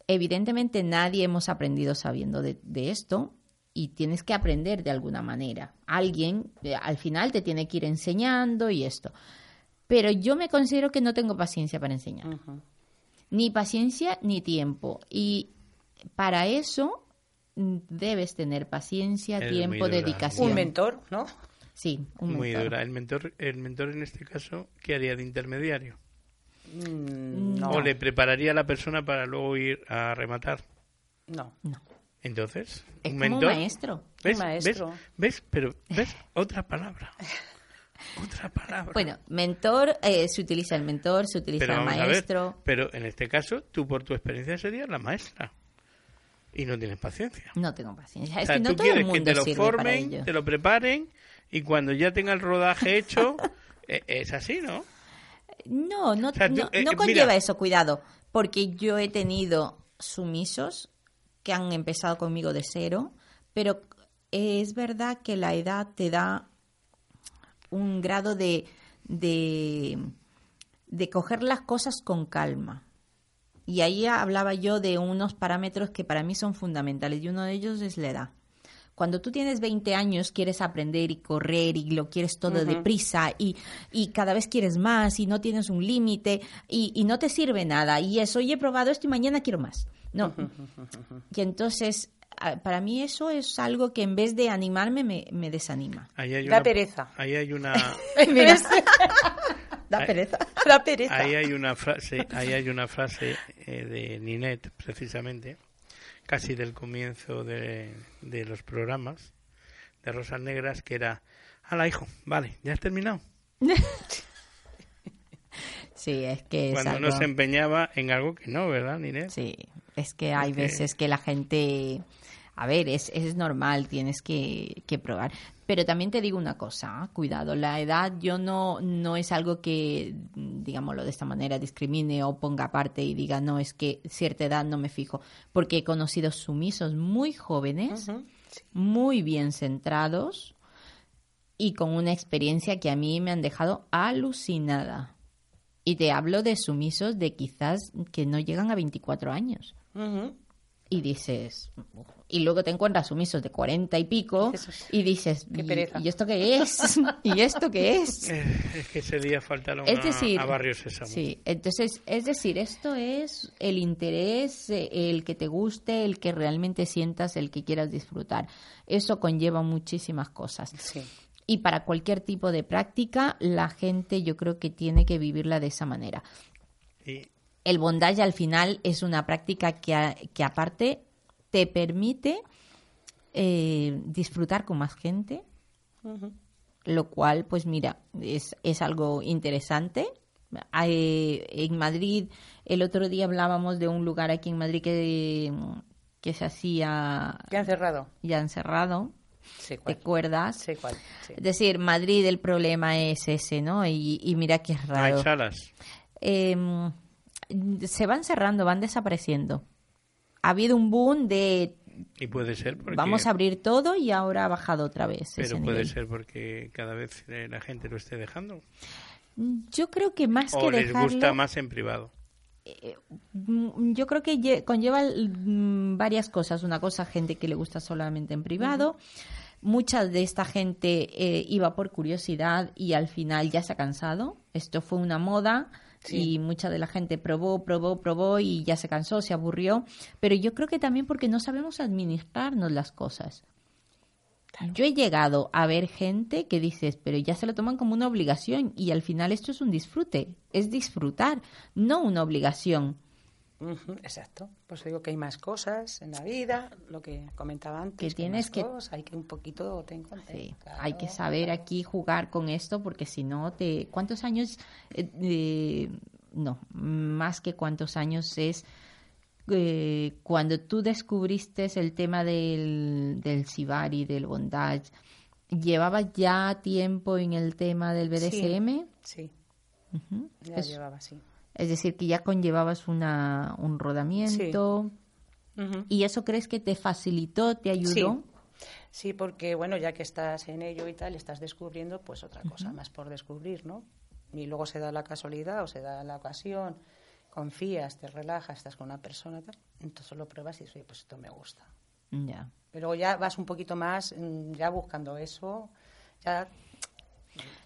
Speaker 2: evidentemente nadie hemos aprendido sabiendo de, de esto y tienes que aprender de alguna manera. Alguien eh, al final te tiene que ir enseñando y esto. Pero yo me considero que no tengo paciencia para enseñar. Ni paciencia ni tiempo. Y para eso mm, debes tener paciencia,
Speaker 4: Es muy
Speaker 2: tiempo,
Speaker 4: dura,
Speaker 2: dedicación.
Speaker 4: muy
Speaker 5: Un mentor, ¿no?
Speaker 2: Sí, un
Speaker 4: muy
Speaker 2: mentor.
Speaker 4: dura. El mentor, el mentor en este caso, ¿qué haría de intermediario?
Speaker 5: Mm, No,
Speaker 4: ¿O le prepararía a la persona para luego ir a rematar?
Speaker 5: no.
Speaker 2: No.
Speaker 4: Entonces,
Speaker 2: Es
Speaker 4: un
Speaker 2: como un
Speaker 4: mentor.
Speaker 2: maestro.
Speaker 4: ¿Ves?
Speaker 5: Un maestro.
Speaker 4: ¿Ves? ¿Ves? Pero, ¿ves? Otra palabra. Otra palabra.
Speaker 2: Bueno, mentor, eh, se utiliza el mentor, se utiliza
Speaker 4: pero
Speaker 2: el
Speaker 4: vamos a ver,
Speaker 2: maestro.
Speaker 4: pero en este caso, tú por tu experiencia serías la maestra. Y no tienes paciencia.
Speaker 2: No tengo paciencia.
Speaker 4: O
Speaker 2: Es
Speaker 4: sea,
Speaker 2: que no
Speaker 4: tú
Speaker 2: todo el
Speaker 4: quieres que
Speaker 2: mundo
Speaker 4: te lo
Speaker 2: sirve para ello.
Speaker 4: formen, te lo preparen y cuando ya tenga el rodaje hecho, eh, es así, ¿no?
Speaker 2: No, no,
Speaker 4: O sea, tú-
Speaker 2: no,
Speaker 4: eh,
Speaker 2: no
Speaker 4: eh,
Speaker 2: conlleva
Speaker 4: mira.
Speaker 2: eso, cuidado, porque yo he tenido sumisos que han empezado conmigo de cero, pero es verdad que la edad te da un grado de, de, de coger las cosas con calma. Y ahí hablaba yo de unos parámetros que para mí son fundamentales y uno de ellos es la edad. Cuando tú tienes 20 años quieres aprender y correr y lo quieres todo deprisa y, y cada vez quieres más y no tienes un límite y, y no te sirve nada y es hoy he probado esto y mañana quiero más. No. Y entonces a- para mí eso es algo que en vez de animarme me, me desanima.
Speaker 4: Ahí hay
Speaker 5: Da
Speaker 4: una,
Speaker 5: pereza.
Speaker 4: Ahí hay una,
Speaker 2: Mira, da pereza.
Speaker 5: La pereza.
Speaker 4: ahí hay una frase, ahí hay una frase eh, de Ninette, precisamente, casi del comienzo de, de los programas de Rosas Negras, que era, ¡Hala, hijo! Vale, ¿ya has terminado?
Speaker 2: Sí, es que es
Speaker 4: Cuando
Speaker 2: algo...
Speaker 4: no se empeñaba en algo que no, ¿verdad, Ninette?
Speaker 2: Sí, es que hay veces que la gente... A ver, es, es normal, tienes que, que probar. Pero también te digo una cosa, ¿ah? cuidado, la edad yo no, no es algo que, digámoslo de esta manera, discrimine o ponga aparte y diga, no, es que cierta edad no me fijo, porque he conocido sumisos muy jóvenes, muy bien centrados y con una experiencia que a mí me han dejado alucinada. Y te hablo de sumisos de quizás que no llegan a 24 años.
Speaker 5: Ujú.
Speaker 2: Y dices, y luego te encuentras sumisos de 40 y pico
Speaker 5: Dices,
Speaker 2: y dices,
Speaker 5: qué
Speaker 2: "¿Y-
Speaker 5: pereza".
Speaker 2: ¿y esto qué es? ¿Y esto qué es?
Speaker 4: Eh, es que ese día faltaron
Speaker 2: Es
Speaker 4: a-
Speaker 2: decir,
Speaker 4: a, Barrio Sésamo.
Speaker 2: Sí, entonces, es decir, esto es el interés, eh, el que te guste, el que realmente sientas, el que quieras disfrutar. Eso conlleva muchísimas cosas.
Speaker 5: Sí.
Speaker 2: Y para cualquier tipo de práctica, la gente yo creo que tiene que vivirla de esa manera.
Speaker 4: Y-
Speaker 2: El bondage al final es una práctica que, a- que aparte te permite eh, disfrutar con más gente, lo cual, pues mira, es, es algo interesante. Hay- en Madrid, el otro día hablábamos de un lugar aquí en Madrid que, que se hacía
Speaker 5: Ya han cerrado.
Speaker 2: ya encerrado,
Speaker 5: Sí,
Speaker 2: ¿te
Speaker 5: cuál.
Speaker 2: acuerdas?
Speaker 5: Sí, cuál. Sí.
Speaker 2: Es decir, Madrid el problema es ese, ¿no? Y, y mira que es
Speaker 4: no hay
Speaker 2: raro
Speaker 4: salas.
Speaker 2: eh, se van cerrando, van desapareciendo. Ha habido un boom de
Speaker 4: Y puede ser porque...
Speaker 2: vamos a abrir todo y ahora ha bajado otra vez. ese
Speaker 4: Pero puede
Speaker 2: nivel.
Speaker 4: ser porque cada vez eh, la gente lo esté dejando.
Speaker 2: Yo creo que más
Speaker 4: o
Speaker 2: que
Speaker 4: les
Speaker 2: dejarlo,
Speaker 4: gusta más en privado.
Speaker 2: mm, yo creo que lle- conlleva mm, varias cosas. Una cosa, gente que le gusta solamente en privado. Mucha de esta gente eh, iba por curiosidad y al final ya se ha cansado. Esto fue una moda y mucha de la gente probó, probó, probó y ya se cansó, se aburrió. Pero yo creo que también porque no sabemos administrarnos las cosas. Yo he llegado a ver gente que dices, pero ya se lo toman como una obligación y al final esto es un disfrute, es disfrutar, no una obligación.
Speaker 5: Ujú, Exacto. Pues digo que hay más cosas en la vida, lo que comentaba antes.
Speaker 2: Que
Speaker 5: hay
Speaker 2: tienes
Speaker 5: más
Speaker 2: que-
Speaker 5: cosas, hay que un poquito te Eh,
Speaker 2: Sí, Hay que saber aquí jugar con esto porque si no te... ¿Cuántos años? eh, eh, no, más que cuántos años es eh, cuando tú descubriste el tema del, del Sibari, del bondage. ¿Llevabas ya tiempo en el tema del BDSM?
Speaker 5: Sí,
Speaker 2: Ujú.
Speaker 5: ya
Speaker 2: Es-
Speaker 5: llevaba así.
Speaker 2: Es decir, que ya conllevabas una, un rodamiento.
Speaker 5: Ujú.
Speaker 2: ¿Y eso crees que te facilitó, te ayudó?
Speaker 5: Sí, porque bueno, ya que estás en ello y tal, estás descubriendo pues otra cosa más por descubrir, ¿no? Y luego se da la casualidad o se da la ocasión, confías, te relajas, estás con una persona, tal, entonces lo pruebas y dices, oye, pues esto me gusta.
Speaker 2: Ya.
Speaker 5: Pero luego ya vas un poquito más, mm, ya buscando eso, ya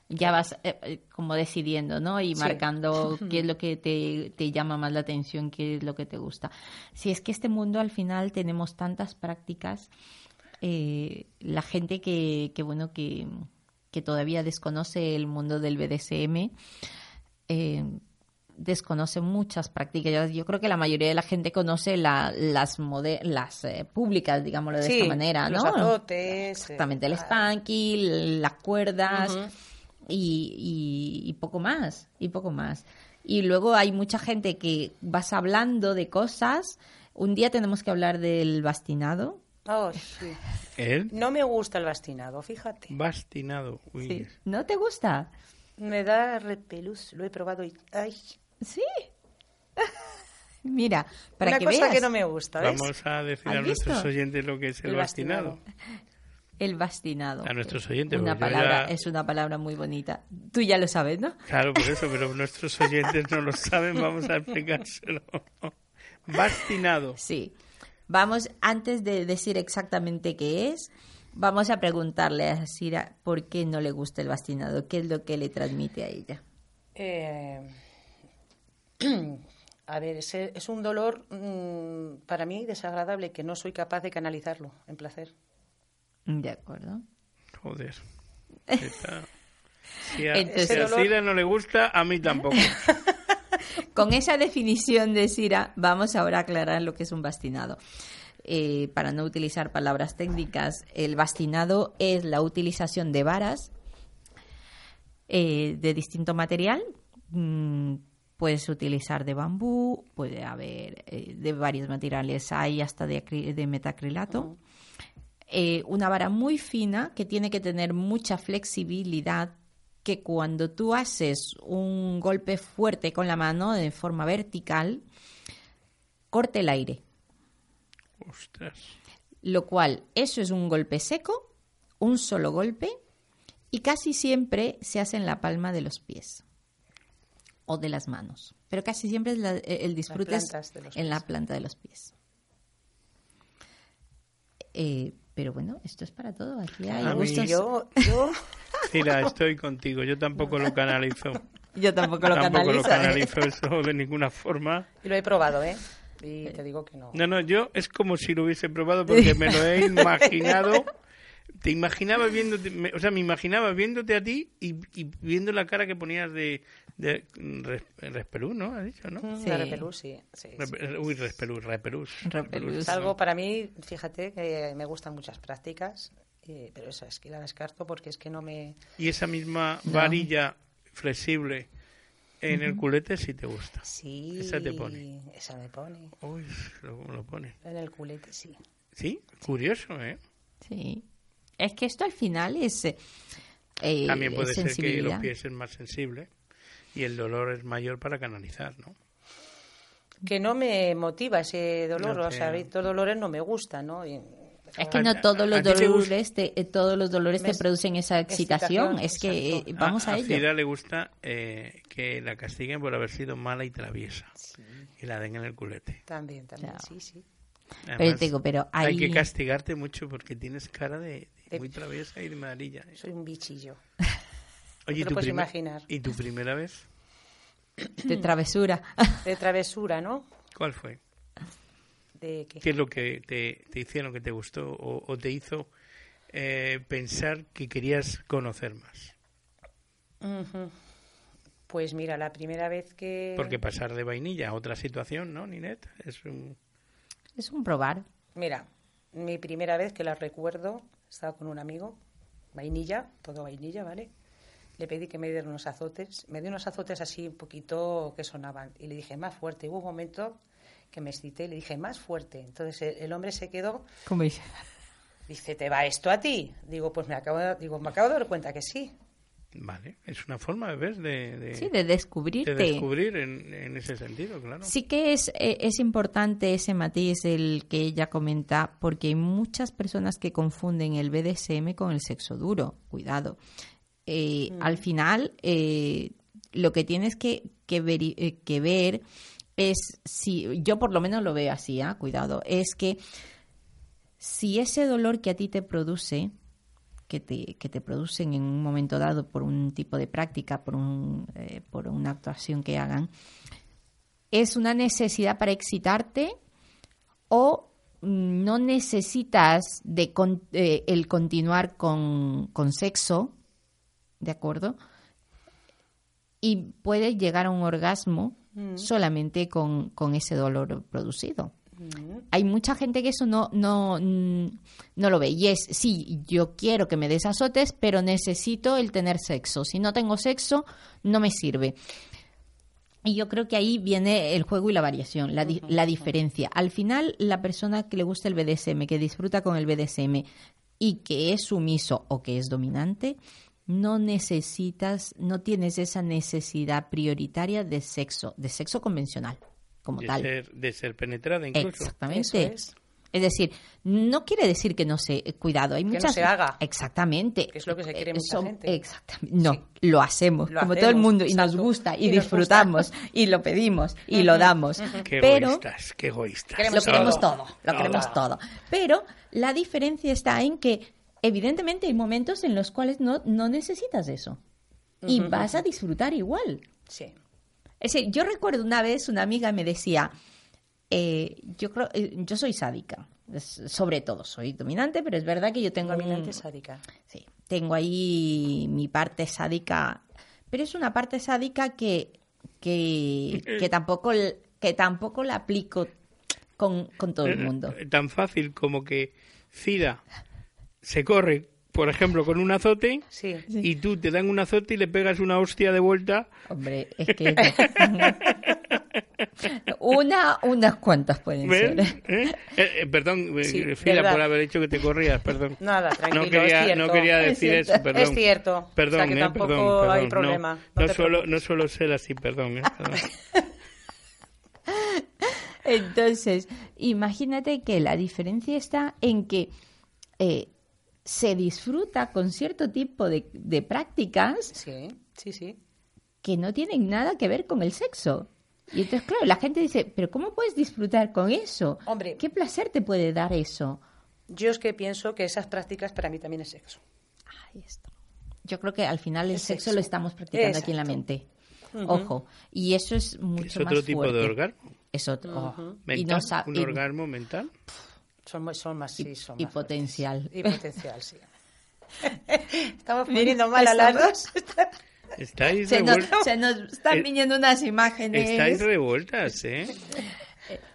Speaker 2: Ya vas eh, eh, como decidiendo, ¿no? Y
Speaker 5: Sí.
Speaker 2: marcando qué es lo que te, te llama más la atención, qué es lo que te gusta. Si es que este mundo al final tenemos tantas prácticas, eh, la gente que, que bueno, que, que todavía desconoce el mundo del BDSM, eh, desconoce muchas prácticas. Yo, yo creo que la mayoría de la gente conoce la- las mode- las eh, públicas, digámoslo de
Speaker 5: Sí,
Speaker 2: esta manera,
Speaker 5: los
Speaker 2: ¿no?
Speaker 5: atotes,
Speaker 2: Exactamente,
Speaker 5: eh,
Speaker 2: el spanky, las cuerdas y, y- y poco más, y poco más. Y luego hay mucha gente que vas hablando de cosas. Un día tenemos que hablar del bastinado.
Speaker 5: Oh, sí.
Speaker 4: El
Speaker 5: No me gusta el bastinado, fíjate.
Speaker 4: bastinado. Uy,
Speaker 2: Sí.
Speaker 4: es-
Speaker 2: ¿No te gusta?
Speaker 5: Me da repelús, lo he probado y... Ay,
Speaker 2: Sí. Mira, para
Speaker 5: una
Speaker 2: que
Speaker 5: cosa
Speaker 2: veas.
Speaker 5: que no me gusta, ¿ves?
Speaker 4: Vamos a decir a
Speaker 2: ¿Has
Speaker 4: nuestros
Speaker 2: visto?
Speaker 4: oyentes lo que es el,
Speaker 5: El
Speaker 4: bastinado.
Speaker 5: bastinado.
Speaker 2: El bastinado.
Speaker 4: A nuestros oyentes,
Speaker 2: Una
Speaker 4: porque yo
Speaker 2: palabra,
Speaker 4: ya-
Speaker 2: es una palabra muy bonita. Tú ya lo sabes, ¿no?
Speaker 4: Claro, por eso, pero nuestros oyentes no lo saben, vamos a explicárselo. Bastinado.
Speaker 2: Sí. Vamos, antes de decir exactamente qué es, vamos a preguntarle a Sira por qué no le gusta el bastinado, qué es lo que le transmite a ella.
Speaker 5: Eh, a ver, es, es un dolor mm, para mí desagradable que no soy capaz de canalizarlo en placer.
Speaker 2: De acuerdo.
Speaker 4: Joder. Está- Si a,
Speaker 2: Entonces-
Speaker 4: si a Sira no le gusta, a mí tampoco.
Speaker 2: Con esa definición de Sira, vamos ahora a aclarar lo que es un bastinado. Eh, para no utilizar palabras técnicas, el bastinado es la utilización de varas eh, de distinto material. Mm, puedes utilizar de bambú, puede haber eh, de varios materiales, hay hasta de, acri- de metacrilato. Eh, una vara muy fina que tiene que tener mucha flexibilidad que cuando tú haces un golpe fuerte con la mano de forma vertical, corte el aire
Speaker 4: Ostras.
Speaker 2: lo cual eso es un golpe seco, un solo golpe, y casi siempre se hace en la palma de los pies o de las manos. Pero casi siempre es la- eh, el disfrute es
Speaker 5: plantas de los
Speaker 2: en la
Speaker 5: pies.
Speaker 2: planta de los pies. Eh, pero bueno, esto es para todo. Aquí hay
Speaker 4: A mí-
Speaker 2: gustos.
Speaker 5: Yo, yo,
Speaker 4: Sira, estoy contigo, yo tampoco lo canalizo.
Speaker 2: Yo tampoco lo
Speaker 4: tampoco
Speaker 2: canalizo.
Speaker 4: lo canalizo eso de ninguna forma.
Speaker 5: y lo he probado, ¿eh? Y te digo que no.
Speaker 4: No, no, yo es como si lo hubiese probado porque me lo he imaginado. Te imaginaba viéndote, me- o sea, me imaginaba viéndote a ti y, y viendo la cara que ponías de, de res- Respelú, ¿no? Has dicho, ¿no?
Speaker 5: Mm,
Speaker 2: Sí.
Speaker 5: La repelús, sí. sí, sí.
Speaker 4: Repe- Uy, Respelú, Repelús.
Speaker 2: Repelús.
Speaker 5: Es algo para mí, fíjate, que me gustan muchas prácticas, eh, pero esa es que la descarto porque es que no me...
Speaker 4: Y esa misma varilla flexible en el culete sí te gusta.
Speaker 5: Sí.
Speaker 4: Esa te pone.
Speaker 5: Esa me pone.
Speaker 4: Uy, lo, lo pone.
Speaker 5: En el culete, sí.
Speaker 4: Sí, curioso, ¿eh?
Speaker 2: Sí. Es que esto al final es. eh, eh,
Speaker 4: También puede ser que los
Speaker 2: sensibilidad.
Speaker 4: pies es más sensible y el dolor es mayor para canalizar, ¿no?
Speaker 5: Que no me motiva ese dolor,
Speaker 4: No
Speaker 5: o sea, a
Speaker 4: te-
Speaker 5: mí estos dolores no me gustan, ¿no? Y-
Speaker 2: Es que
Speaker 4: A-
Speaker 2: no todos
Speaker 4: a
Speaker 2: los
Speaker 4: ti te gusta-
Speaker 2: dolores te, eh, todos los dolores te
Speaker 5: Mes-
Speaker 2: producen esa excitación.
Speaker 5: excitación,
Speaker 2: Es que eh,
Speaker 5: exacto.
Speaker 2: vamos a,
Speaker 4: a
Speaker 2: ello.
Speaker 4: Frida le gusta eh, que la castiguen por haber sido mala y traviesa
Speaker 5: Sí,
Speaker 4: y la den en el culete.
Speaker 5: también, también,
Speaker 2: Claro.
Speaker 5: sí, sí.
Speaker 4: Además,
Speaker 2: te digo, pero
Speaker 4: hay
Speaker 2: ahí-
Speaker 4: que castigarte mucho porque tienes cara de, de
Speaker 5: De-
Speaker 4: muy traviesa y de malilla.
Speaker 5: Soy un bichillo.
Speaker 4: Oye,
Speaker 5: te
Speaker 4: ¿tu
Speaker 5: lo puedes
Speaker 4: primer-
Speaker 5: imaginar.
Speaker 4: ¿y tu primera vez?
Speaker 2: De travesura.
Speaker 5: De travesura, ¿no?
Speaker 4: ¿Cuál fue?
Speaker 5: De que...
Speaker 4: ¿Qué es lo que te, te hicieron que te gustó o, o te hizo eh, pensar que querías conocer más?
Speaker 5: Ujú. Pues mira, la primera vez
Speaker 2: Eh.
Speaker 5: que...
Speaker 4: Porque pasar de vainilla a otra situación, ¿no, Ninette? Es un...
Speaker 2: es un probar.
Speaker 5: Mira, mi primera vez que la recuerdo, estaba con un amigo, vainilla, todo vainilla, ¿vale? Le pedí que me diera unos azotes. Me dio unos azotes así un poquito que sonaban. Y le dije, más fuerte. Hubo un momento que me excité y le dije, más fuerte. Entonces el- el hombre se quedó
Speaker 2: Como dice.
Speaker 5: Dice, ¿te va esto a ti? Digo, pues me acabo de, digo, me acabo de dar cuenta que sí.
Speaker 4: Vale, es una forma de ver, de, de-
Speaker 2: Sí, de descubrirte.
Speaker 4: de descubrir en, en ese sentido, claro.
Speaker 2: Sí que es, eh, es importante ese matiz el que ella comenta, porque hay muchas personas que confunden el BDSM con el sexo duro. Cuidado. Eh, Al final, eh, lo que tienes que, que veri- eh, que ver es si, yo por lo menos lo veo así, ah, cuidado, es que si ese dolor que a ti te produce, que te, que te producen en un momento dado por un tipo de práctica, por, un, eh, por una actuación que hagan, es una necesidad para excitarte o no necesitas de con- eh, el continuar con, con sexo, ¿de acuerdo? Y puedes llegar a un orgasmo solamente con, con ese dolor producido. Hay mucha gente que eso no, no, mm, no lo ve. Y es, sí, yo quiero que me des azotes, pero necesito el tener sexo. Si no tengo sexo, no me sirve. Y yo creo que ahí viene el juego y la variación, la, di- la diferencia. Al final, la persona que le gusta el BDSM, que disfruta con el BDSM y que es sumiso o que es dominante, no necesitas, no tienes esa necesidad prioritaria de sexo, de sexo convencional, como
Speaker 4: de
Speaker 2: tal.
Speaker 4: ser, de ser penetrada incluso.
Speaker 2: Exactamente.
Speaker 5: Eso
Speaker 2: es.
Speaker 5: es.
Speaker 2: decir, no quiere decir que no se eh, cuidado, hay
Speaker 5: no
Speaker 2: muchas
Speaker 5: se haga.
Speaker 2: Exactamente.
Speaker 5: Que es lo que se quiere
Speaker 2: Eh,
Speaker 5: mucha gente.
Speaker 2: Exactamente. No, lo hacemos
Speaker 5: Lo
Speaker 2: como todo el
Speaker 5: hacemos,
Speaker 2: mundo y nos
Speaker 5: exacto.
Speaker 2: gusta y,
Speaker 5: Y nos
Speaker 2: disfrutamos y lo pedimos y lo damos.
Speaker 4: Qué
Speaker 2: Pero
Speaker 4: egoístas, qué egoístas.
Speaker 2: lo queremos todo, lo
Speaker 4: Todo.
Speaker 2: queremos todo. Pero la diferencia está en que evidentemente hay momentos en los cuales no no necesitas eso y vas a disfrutar igual.
Speaker 5: Sí.
Speaker 2: Es decir, yo recuerdo una vez una amiga me decía, eh, yo creo, eh, yo soy sádica, es- sobre todo soy dominante, pero es verdad que yo tengo un-
Speaker 5: Dominante sádica.
Speaker 2: sí, tengo ahí mi parte sádica, pero es una parte sádica que que, que tampoco l- que tampoco la aplico con, con todo el mundo.
Speaker 4: Eh, Tan fácil como que Cira se corre, por ejemplo, con un azote
Speaker 5: Sí.
Speaker 4: y tú te dan un azote y le pegas una hostia de vuelta.
Speaker 2: Hombre, es que una unas cuantas pueden
Speaker 4: ¿Ves?
Speaker 2: ser.
Speaker 4: ¿Eh? Eh, eh, perdón, eh,
Speaker 5: Sí,
Speaker 4: Cira,
Speaker 5: verdad.
Speaker 4: por haber hecho que te corrías, perdón.
Speaker 5: Nada, tranquilo,
Speaker 4: no quería,
Speaker 5: es cierto.
Speaker 4: No quería
Speaker 2: Es
Speaker 4: decir
Speaker 2: cierto.
Speaker 4: eso, perdón.
Speaker 5: Es cierto.
Speaker 4: Perdón,
Speaker 5: O sea, que
Speaker 4: eh,
Speaker 5: tampoco
Speaker 4: perdón,
Speaker 5: hay
Speaker 4: perdón.
Speaker 5: problema.
Speaker 4: No,
Speaker 5: No
Speaker 4: no,
Speaker 5: te
Speaker 4: suelo,
Speaker 5: preocupes.
Speaker 4: no suelo ser así, perdón. eh, perdón.
Speaker 2: Entonces, imagínate que la diferencia está en que eh, se disfruta con cierto tipo de, de prácticas
Speaker 5: Sí, sí, sí.
Speaker 2: que no tienen nada que ver con el sexo. Y entonces, claro, la gente dice, pero ¿cómo puedes disfrutar con eso?
Speaker 5: Hombre.
Speaker 2: ¿Qué placer te puede dar eso?
Speaker 5: Yo es que pienso que esas prácticas para mí también es sexo.
Speaker 2: Ahí está. Yo creo que al final el
Speaker 5: Es
Speaker 2: sexo
Speaker 5: sexo.
Speaker 2: lo estamos practicando aquí en la mente. Ojo, y eso es mucho
Speaker 4: Es otro
Speaker 2: más
Speaker 4: tipo
Speaker 2: fuerte.
Speaker 4: de orgasmo.
Speaker 2: Es otro. oh, y
Speaker 4: Mental,
Speaker 2: no sa-
Speaker 4: un
Speaker 2: y-
Speaker 4: orgasmo mental.
Speaker 5: Son, muy- son más, sí,
Speaker 2: Y-
Speaker 5: son
Speaker 2: y
Speaker 5: más fuertes.
Speaker 2: potencial.
Speaker 5: Y potencial, sí. Estamos
Speaker 2: Mira,
Speaker 5: poniendo mal a las
Speaker 2: estamos-
Speaker 5: dos.
Speaker 4: Estáis
Speaker 2: Se nos,
Speaker 4: revueltas.
Speaker 2: se nos están
Speaker 4: Eh,
Speaker 2: viniendo unas imágenes.
Speaker 4: Estáis revueltas, ¿eh?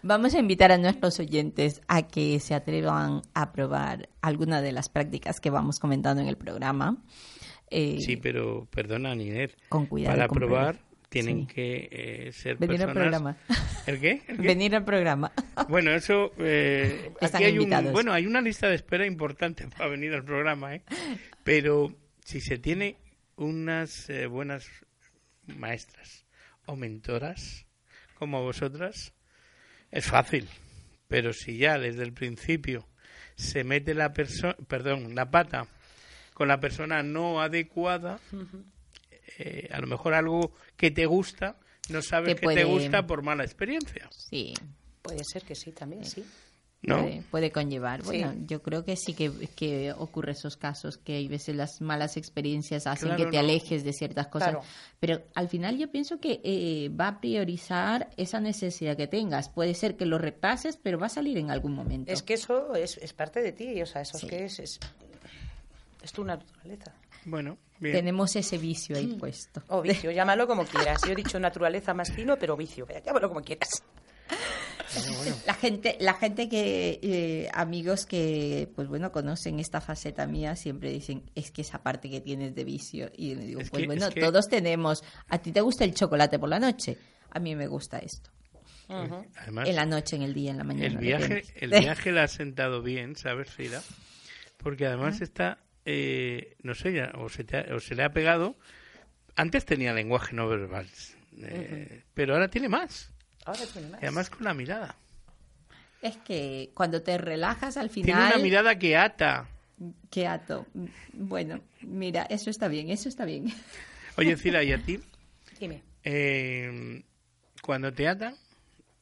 Speaker 2: Vamos a invitar a nuestros oyentes a que se atrevan a probar alguna de las prácticas que vamos comentando en el programa. Eh,
Speaker 4: Sí, pero perdona, Ninel.
Speaker 2: Con cuidado,
Speaker 4: Para
Speaker 2: con
Speaker 4: probar
Speaker 2: cuidado.
Speaker 4: tienen
Speaker 2: Sí.
Speaker 4: que eh, ser
Speaker 2: Venir al programa.
Speaker 4: personas... ¿El qué? ¿El qué?
Speaker 2: Venir al programa.
Speaker 4: Bueno, eso... eh,
Speaker 2: Están
Speaker 4: aquí hay un-
Speaker 2: invitados.
Speaker 4: bueno, hay una lista de espera importante para venir al programa, ¿eh? Pero si se tiene unas eh, buenas maestras o mentoras como vosotras, es fácil. Pero si ya desde el principio se mete la persona, perdón, la pata con la persona no adecuada, eh, a lo mejor algo que te gusta, no sabes
Speaker 2: Te
Speaker 4: que
Speaker 2: puede-
Speaker 4: te gusta por mala experiencia.
Speaker 2: Sí,
Speaker 5: Puede ser que sí, también, sí.
Speaker 4: ¿No?
Speaker 2: puede, puede conllevar.
Speaker 5: Sí.
Speaker 2: Bueno, yo creo que sí que, que ocurre esos casos, que hay veces las malas experiencias hacen
Speaker 4: Claro,
Speaker 2: que te
Speaker 4: no.
Speaker 2: alejes de ciertas cosas.
Speaker 5: Claro.
Speaker 2: Pero al final yo pienso que eh, va a priorizar esa necesidad que tengas. Puede ser que lo repases, pero va a salir en algún momento.
Speaker 5: Es que eso es, es parte de ti, o sea, eso
Speaker 2: Sí.
Speaker 5: es que es, es, es tu naturaleza.
Speaker 4: Bueno, bien.
Speaker 2: Tenemos ese vicio ahí puesto.
Speaker 5: O vicio, lllámalo como quieras. Yo he dicho naturaleza más fino, pero vicio, vea, llámalo como quieras.
Speaker 2: La gente, la gente que eh, amigos que pues bueno conocen esta faceta mía siempre dicen es que esa parte que tienes de vicio y yo le digo
Speaker 4: Es
Speaker 2: pues
Speaker 4: que-
Speaker 2: bueno
Speaker 4: es que-
Speaker 2: todos tenemos. A ti te gusta el chocolate por la noche, a mí me gusta esto.
Speaker 4: Además,
Speaker 2: en la noche, en el día, en la mañana.
Speaker 4: Ah, el viaje,
Speaker 2: depende.
Speaker 4: el viaje la ha sentado bien, ¿sabes, Cira? Porque además está, eh, no sé, ya, o, se te ha- o se le ha pegado. Antes tenía lenguaje no verbal, eh, pero ahora tiene más.
Speaker 5: Ahora tiene más.
Speaker 4: Y además con la mirada.
Speaker 2: Es que cuando te relajas al
Speaker 4: Tiene una
Speaker 2: final,
Speaker 4: mirada que ata.
Speaker 2: qué ato. Bueno, mira, eso está bien, eso está bien.
Speaker 4: Oye, Cira, ¿y a ti?
Speaker 5: Dime.
Speaker 4: Eh, cuando te atan,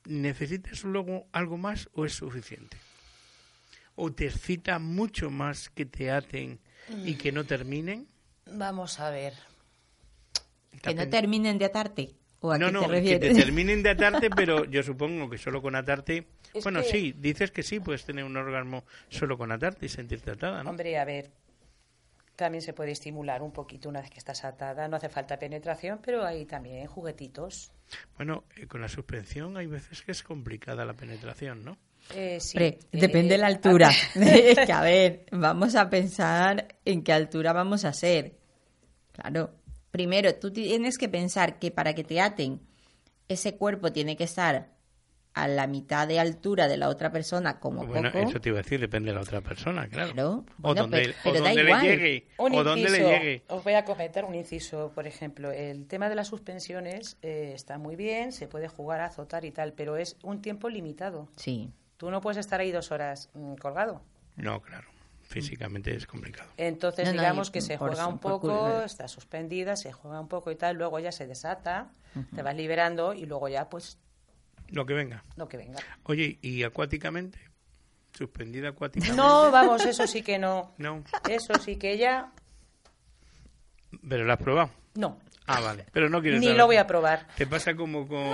Speaker 4: ¿necesitas luego algo más o es suficiente? ¿O te excita mucho más que te aten y que no terminen?
Speaker 5: Vamos a ver.
Speaker 2: Que no terminen de atarte. ¿O a
Speaker 4: no,
Speaker 2: qué
Speaker 4: no,
Speaker 2: te
Speaker 4: que
Speaker 2: refieres?
Speaker 4: te terminen de atarte, pero yo supongo que solo con atarte...
Speaker 5: Es
Speaker 4: bueno,
Speaker 5: que-
Speaker 4: sí, dices que sí, puedes tener un orgasmo solo con atarte y sentirte atada, ¿no?
Speaker 5: Hombre, a ver. También se puede estimular un poquito una vez que estás atada. No hace falta penetración, pero hay también juguetitos.
Speaker 4: Bueno, eh, con la suspensión hay veces que es complicada la penetración, ¿no?
Speaker 5: Eh, sí,
Speaker 2: Hombre,
Speaker 5: eh,
Speaker 2: depende de la altura. es que, a ver, vamos a pensar en qué altura vamos a hacer. Claro. Primero, tú tienes que pensar que para que te aten, ese cuerpo tiene que estar a la mitad de altura de la otra persona como
Speaker 4: Bueno,
Speaker 2: poco.
Speaker 4: eso te iba a decir, depende de la otra persona, claro.
Speaker 2: Claro.
Speaker 4: O
Speaker 2: Bueno,
Speaker 4: donde,
Speaker 2: pero- pero
Speaker 4: o
Speaker 2: da
Speaker 4: donde le
Speaker 2: igual.
Speaker 4: llegue.
Speaker 5: Un
Speaker 4: o donde le
Speaker 5: inciso,
Speaker 4: llegue.
Speaker 5: Os voy a comentar un inciso, por ejemplo. El tema de las suspensiones eh, está muy bien, se puede jugar a azotar y tal, pero es un tiempo limitado.
Speaker 2: Sí.
Speaker 5: Tú no puedes estar ahí dos horas mm, colgado.
Speaker 4: No, claro. Físicamente es complicado.
Speaker 5: Entonces,
Speaker 2: No, no,
Speaker 5: digamos
Speaker 2: y
Speaker 5: que se
Speaker 2: por
Speaker 5: juega
Speaker 2: su-
Speaker 5: un
Speaker 2: por
Speaker 5: poco,
Speaker 2: culo.
Speaker 5: está suspendida, se juega un poco y tal, luego ya se desata, te vas liberando y luego ya, pues,
Speaker 4: Lo que venga.
Speaker 5: lo que venga.
Speaker 4: Oye, ¿y acuáticamente? ¿Suspendida acuáticamente?
Speaker 5: No, vamos, eso sí que no.
Speaker 4: No.
Speaker 5: Eso sí que ya,
Speaker 4: Pero la has probado.
Speaker 5: no.
Speaker 4: Ah, vale. Pero no quieres
Speaker 5: Ni
Speaker 4: saber.
Speaker 5: lo voy a probar.
Speaker 4: Te pasa como con,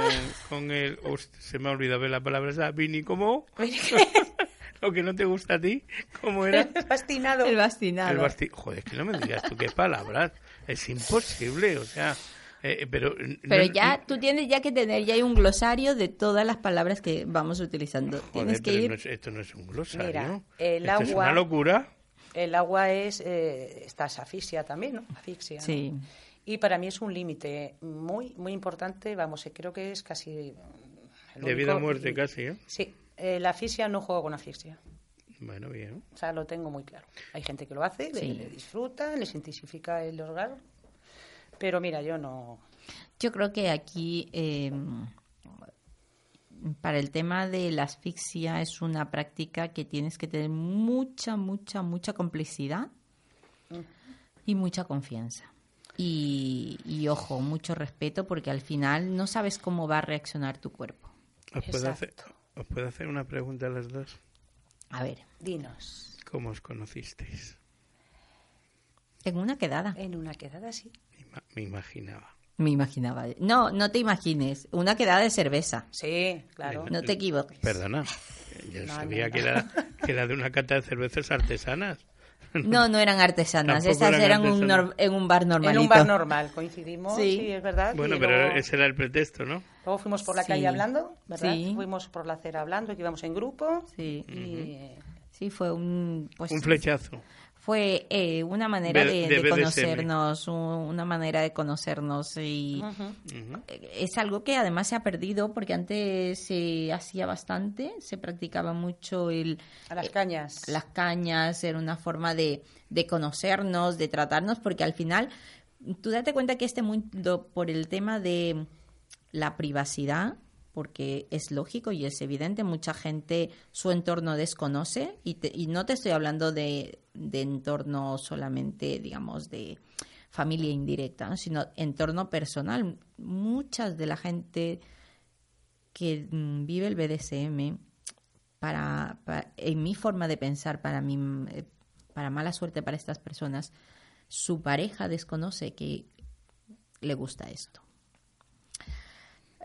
Speaker 4: con el... host- se me ha olvidado ver la palabra esa. Vini, ¿cómo? lo que no te gusta a ti. ¿Cómo era?
Speaker 5: Fascinado.
Speaker 2: El bastinado.
Speaker 4: El basti- Joder, es que no me digas tú qué palabras. Es imposible, o sea... eh, pero eh,
Speaker 2: Pero
Speaker 4: no-
Speaker 2: ya tú tienes ya que tener ya hay un glosario de todas las palabras que vamos utilizando.
Speaker 4: Joder,
Speaker 2: tienes que
Speaker 4: pero
Speaker 2: ir
Speaker 4: no es- esto no es un glosario.
Speaker 5: Mira, el
Speaker 4: Esto es
Speaker 5: agua-
Speaker 4: una locura.
Speaker 5: El agua es, eh, estás asfixia también, ¿no? Asfixia. ¿no?
Speaker 2: Sí.
Speaker 5: Y para mí es un límite muy, muy importante, vamos, eh, creo que es casi... mm, el
Speaker 4: De vida a
Speaker 5: único-
Speaker 4: muerte casi, ¿eh?
Speaker 5: Sí, eh, la asfixia no juego con asfixia.
Speaker 4: Bueno, bien.
Speaker 5: O sea, lo tengo muy claro. Hay gente que lo hace, le-
Speaker 2: Sí.
Speaker 5: le, disfruta, les intensifica el orgasmo. Pero mira, yo no.
Speaker 2: Yo creo que aquí, eh, para el tema de la asfixia, es una práctica que tienes que tener mucha, mucha, mucha complicidad y mucha confianza. Y, y, ojo, mucho respeto porque al final no sabes cómo va a reaccionar tu cuerpo.
Speaker 4: ¿Os puedo, hacer,
Speaker 5: Exacto.
Speaker 4: os puedo hacer una pregunta a las dos?
Speaker 2: A ver,
Speaker 5: Dinos.
Speaker 4: ¿Cómo os conocisteis?
Speaker 2: en una quedada.
Speaker 5: En una quedada así.
Speaker 4: Ima- Me imaginaba.
Speaker 2: Me imaginaba. No, no te imagines. Una quedada de cerveza.
Speaker 5: Sí, claro.
Speaker 2: No te equivoques.
Speaker 4: Perdona, yo
Speaker 5: No,
Speaker 4: sabía
Speaker 5: no,
Speaker 4: Que,
Speaker 5: no.
Speaker 4: era, que era de una cata de cervezas artesanas.
Speaker 2: No, no eran artesanas.
Speaker 4: Tampoco
Speaker 2: Estas
Speaker 4: eran
Speaker 2: eran un
Speaker 4: artesanas.
Speaker 2: nor- en un bar normalito.
Speaker 5: En un bar normal, coincidimos,
Speaker 2: Sí.
Speaker 5: sí, es verdad. y
Speaker 4: Bueno,
Speaker 5: luego,
Speaker 4: pero ese era el pretexto, ¿no?
Speaker 5: luego fuimos por la
Speaker 2: Sí.
Speaker 5: calle hablando, ¿verdad?
Speaker 2: Sí.
Speaker 5: Fuimos por la acera hablando, que íbamos en grupo.
Speaker 2: Sí.
Speaker 5: Y, eh,
Speaker 2: Sí, fue un, pues,
Speaker 4: Un flechazo.
Speaker 2: fue eh, una manera
Speaker 4: Ver-
Speaker 2: de,
Speaker 4: de
Speaker 2: de
Speaker 4: BDSM.
Speaker 2: conocernos, un- una manera de conocernos y
Speaker 4: Ujú.
Speaker 2: eh, es algo que además se ha perdido porque antes se hacía bastante, se practicaba mucho el eh,
Speaker 5: a las cañas.
Speaker 2: las cañas, era una forma de, de conocernos, de tratarnos, porque al final, tú date cuenta que este mundo, por el tema de la privacidad, porque es lógico y es evidente, mucha gente su entorno desconoce, y, te- y no te estoy hablando de, de entorno solamente, digamos, de familia indirecta, ¿no? sino entorno personal. Muchas de la gente que mm, vive el BDSM, para, para- en mi forma de pensar, para mi, eh, para mala suerte para estas personas, su pareja desconoce que le gusta esto.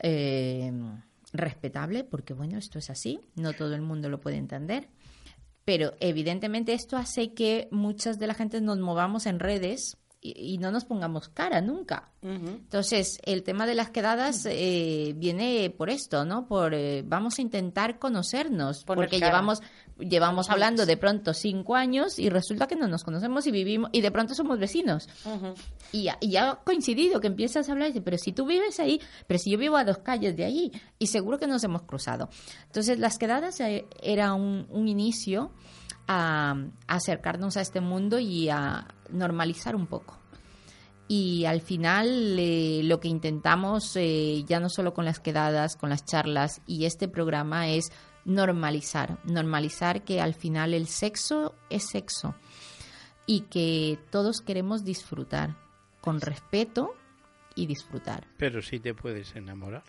Speaker 2: Eh, respetable, porque bueno, esto es así, no todo el mundo lo puede entender. Pero evidentemente esto hace que muchas de la gente nos movamos en redes y, y no nos pongamos cara nunca. Entonces, el tema de las quedadas eh, viene por esto, ¿no? Por eh, vamos a intentar conocernos,
Speaker 5: Poner
Speaker 2: porque
Speaker 5: cara.
Speaker 2: llevamos llevamos hablando de pronto cinco años y resulta que no nos conocemos y vivimos y de pronto somos vecinos. Y ya, y ya ha coincidido que empiezas a hablar y dices, pero si tú vives ahí, pero si yo vivo a dos calles de allí y seguro que nos hemos cruzado. Entonces las quedadas eh, era un, un inicio a, a acercarnos a este mundo y a normalizar un poco. Y al final eh, lo que intentamos, eh, ya no solo con las quedadas, con las charlas y este programa es normalizar, normalizar que al final el sexo es sexo y que todos queremos disfrutar con respeto y disfrutar.
Speaker 4: Pero sí te puedes enamorar.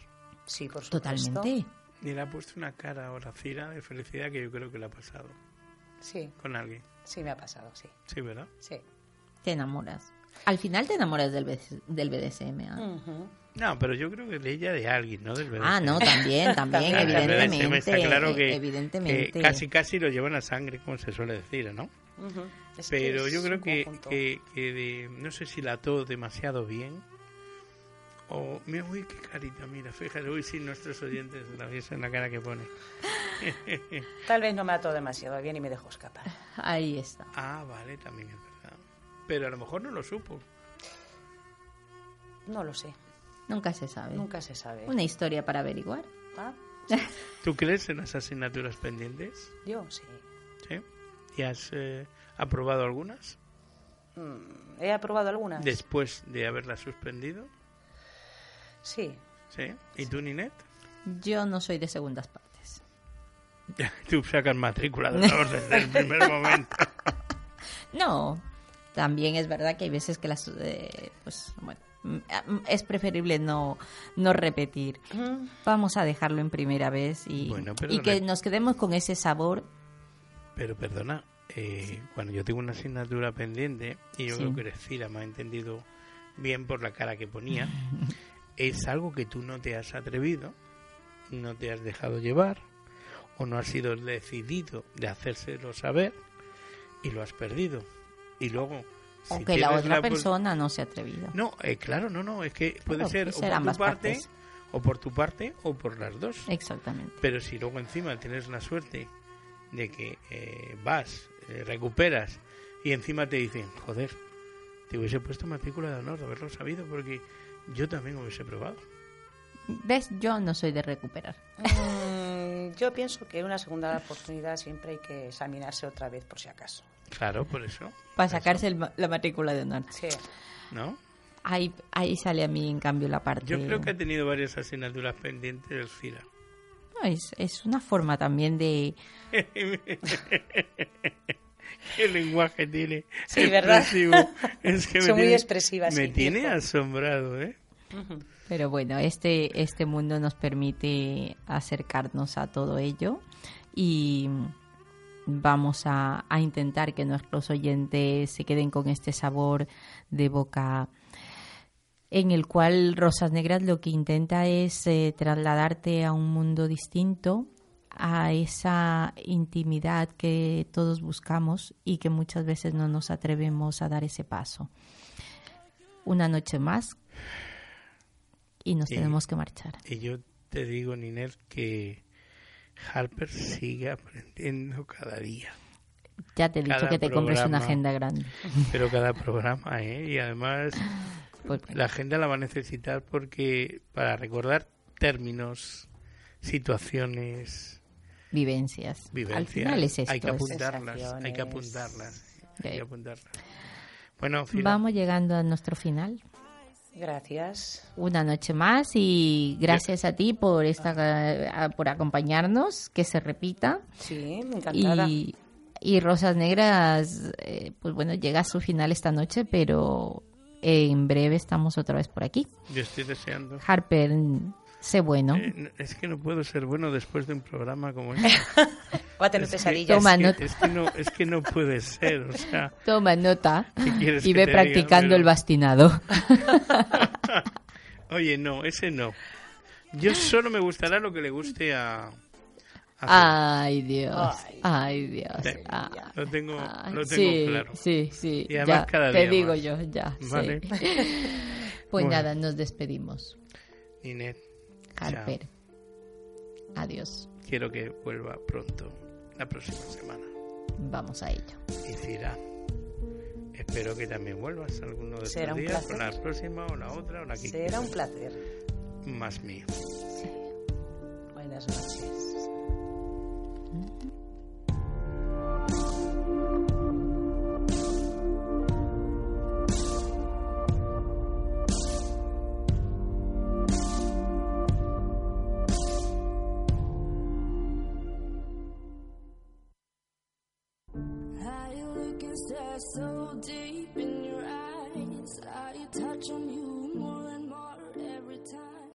Speaker 5: Sí, por supuesto.
Speaker 2: Totalmente.
Speaker 4: Y le ha puesto una cara ahora, Cira, de felicidad que yo creo que le ha pasado
Speaker 5: Sí,
Speaker 4: con alguien.
Speaker 5: sí me ha pasado, sí.
Speaker 4: Sí, ¿verdad?
Speaker 5: sí.
Speaker 2: Te enamoras. Al final te enamoras del, BD del BDSM. ¿ah?
Speaker 5: Ujú.
Speaker 4: No, pero yo creo que de ella de alguien, ¿no? Del
Speaker 2: Ah,
Speaker 4: BDSM.
Speaker 2: no, también, también,
Speaker 4: Claro, del BDSM
Speaker 2: evidentemente. e eh,
Speaker 4: Está claro que,
Speaker 2: evidentemente.
Speaker 4: que casi casi lo llevan a sangre, como se suele decir, ¿no?
Speaker 5: Ujú. Es que
Speaker 4: Pero
Speaker 5: es
Speaker 4: yo creo
Speaker 5: un
Speaker 4: que,
Speaker 5: conjunto.
Speaker 4: que, que de- no sé si la ató demasiado bien O, mira, uy, qué carita, mira, fíjate, uy, si nuestros oyentes la viesen la cara que pone.
Speaker 6: Tal vez no me ató demasiado bien y me dejó escapar.
Speaker 2: Ahí está.
Speaker 4: Ah, vale, también es verdad. Pero a lo mejor no lo supo.
Speaker 6: No lo sé,
Speaker 2: Eh. Nunca se sabe.
Speaker 6: nunca se sabe.
Speaker 2: Una historia para averiguar.
Speaker 6: Ah,
Speaker 4: ¿Tú crees en las asignaturas pendientes?
Speaker 6: Yo sí.
Speaker 4: ¿Sí? ¿Y has eh, aprobado algunas
Speaker 6: Mm, ¿He aprobado algunas?
Speaker 4: después de haberlas suspendido?
Speaker 6: Sí.
Speaker 4: ¿Sí? ¿Y tú, Ninet?
Speaker 2: Yo no soy de segundas partes.
Speaker 4: Tú sacas matrícula de la orden desde el primer momento.
Speaker 2: No, también es verdad que hay veces que las, eh, pues bueno, mm, ah, mm, es preferible no, no repetir. Vamos a dejarlo en primera vez y,
Speaker 4: Bueno, pero
Speaker 2: y
Speaker 4: no
Speaker 2: que
Speaker 4: hay-
Speaker 2: nos quedemos con ese sabor.
Speaker 4: Pero perdona, eh, cuando yo tengo una asignatura pendiente, y yo
Speaker 2: Sí.
Speaker 4: creo que Cira me ha entendido bien por la cara que ponía, es algo que tú no te has atrevido, no te has dejado llevar, o no has sido decidido de hacérselo saber, y lo has perdido. Y luego...
Speaker 2: O
Speaker 4: si
Speaker 2: que la
Speaker 4: tienes
Speaker 2: otra
Speaker 4: pos-
Speaker 2: persona no se ha atrevido.
Speaker 4: No, eh, claro, no, no, es que puede
Speaker 2: Claro,
Speaker 4: ser
Speaker 2: puede
Speaker 4: o
Speaker 2: ser
Speaker 4: por
Speaker 2: ambas
Speaker 4: tu parte,
Speaker 2: partes.
Speaker 4: o por tu parte, o por las dos.
Speaker 2: Exactamente.
Speaker 4: Pero si luego encima tienes la suerte de que eh, vas, eh, recuperas y encima te dicen, joder, te hubiese puesto matrícula de honor de haberlo sabido porque yo también hubiese probado.
Speaker 2: ¿Ves? Yo no soy de recuperar.
Speaker 6: Mm, yo pienso que una segunda oportunidad siempre hay que examinarse otra vez por si acaso.
Speaker 4: Claro, por eso.
Speaker 2: Para sacarse el ma- la matrícula de honor.
Speaker 6: Sí.
Speaker 4: ¿No?
Speaker 2: Ahí, ahí sale a mí, en cambio, la parte...
Speaker 4: Yo creo que ha tenido varias asignaturas pendientes del CIRA.
Speaker 2: No, es, es una forma también de...
Speaker 4: Qué lenguaje tiene.
Speaker 6: Sí, ¿verdad?
Speaker 4: expresivo. Es que me
Speaker 6: Son muy
Speaker 4: tiene-
Speaker 6: expresivas,
Speaker 4: Me
Speaker 6: sí,
Speaker 4: tiene
Speaker 6: cierto.
Speaker 4: asombrado, ¿eh?
Speaker 2: Pero bueno, este, este mundo nos permite acercarnos a todo ello y vamos a, a intentar que nuestros oyentes se queden con este sabor de boca en el cual Rosas Negras lo que intenta es eh, trasladarte a un mundo distinto, a esa intimidad que todos buscamos y que muchas veces no nos atrevemos a dar ese paso. Una noche más y nos
Speaker 4: Sí.
Speaker 2: tenemos que marchar.
Speaker 4: Y yo te digo, Ninel, que Harper sigue aprendiendo cada día.
Speaker 2: Ya te he dicho
Speaker 4: Cada
Speaker 2: que te compres una
Speaker 4: programa.
Speaker 2: agenda grande.
Speaker 4: Pero cada programa, ¿eh? Y además
Speaker 2: Pues,
Speaker 4: la agenda la va a necesitar porque para recordar términos, situaciones,
Speaker 2: vivencias.
Speaker 4: vivencias.
Speaker 2: Al final es esto.
Speaker 4: Hay que
Speaker 2: es-
Speaker 4: apuntarlas, hay que
Speaker 6: Sensaciones.
Speaker 4: apuntarlas. Hay
Speaker 2: Ok.
Speaker 4: que apuntarlas. Bueno, Fila,
Speaker 2: Vamos llegando a nuestro final.
Speaker 6: Gracias.
Speaker 2: Una noche más y gracias a ti por esta eh, por acompañarnos, que se repita.
Speaker 6: Sí, encantada.
Speaker 2: Y, y Rosas Negras, eh, pues bueno, llega a su final esta noche, pero en breve estamos otra vez por aquí.
Speaker 4: yo estoy deseando.
Speaker 2: Harper, sé bueno.
Speaker 4: Eh, n- es que no puedo ser bueno después de un programa como este.
Speaker 6: Va a tener
Speaker 4: Es que-
Speaker 6: pesadillas.
Speaker 2: Toma,
Speaker 4: es que-
Speaker 2: no-
Speaker 4: es que no- es que no puede ser, o sea.
Speaker 2: Toma nota
Speaker 4: ¿Qué quieres
Speaker 2: y
Speaker 4: que
Speaker 2: ve
Speaker 4: te diga?
Speaker 2: practicando
Speaker 4: Pero-
Speaker 2: el bastinado.
Speaker 4: Oye, no, ese no. Yo solo me gustará lo que le guste a. a
Speaker 2: Ah, Ay, Dios. Ay, Dios.
Speaker 4: Fede.
Speaker 2: Ah,
Speaker 4: lo tengo,
Speaker 2: ah,
Speaker 4: lo tengo
Speaker 2: sí,
Speaker 4: claro.
Speaker 2: sí, sí.
Speaker 4: Y además
Speaker 2: ya,
Speaker 4: cada
Speaker 2: te
Speaker 4: día
Speaker 2: digo
Speaker 4: más.
Speaker 2: yo, ya. sí.
Speaker 4: Vale.
Speaker 2: Pues
Speaker 4: Bueno.
Speaker 2: nada, nos despedimos.
Speaker 4: Inet,
Speaker 2: Harper. Adiós.
Speaker 4: quiero que vuelva pronto, la próxima semana.
Speaker 2: Vamos a ello.
Speaker 4: Y Cira, espero que también vuelvas alguno de
Speaker 6: Será
Speaker 4: estos
Speaker 6: un
Speaker 4: días,
Speaker 6: placer.
Speaker 4: o la próxima, o la otra, o la que
Speaker 6: Será un placer.
Speaker 4: quieras. Más mío.
Speaker 6: Buenas noches.
Speaker 3: How you look and stare so deep in your eyes. How you touch on you more and more.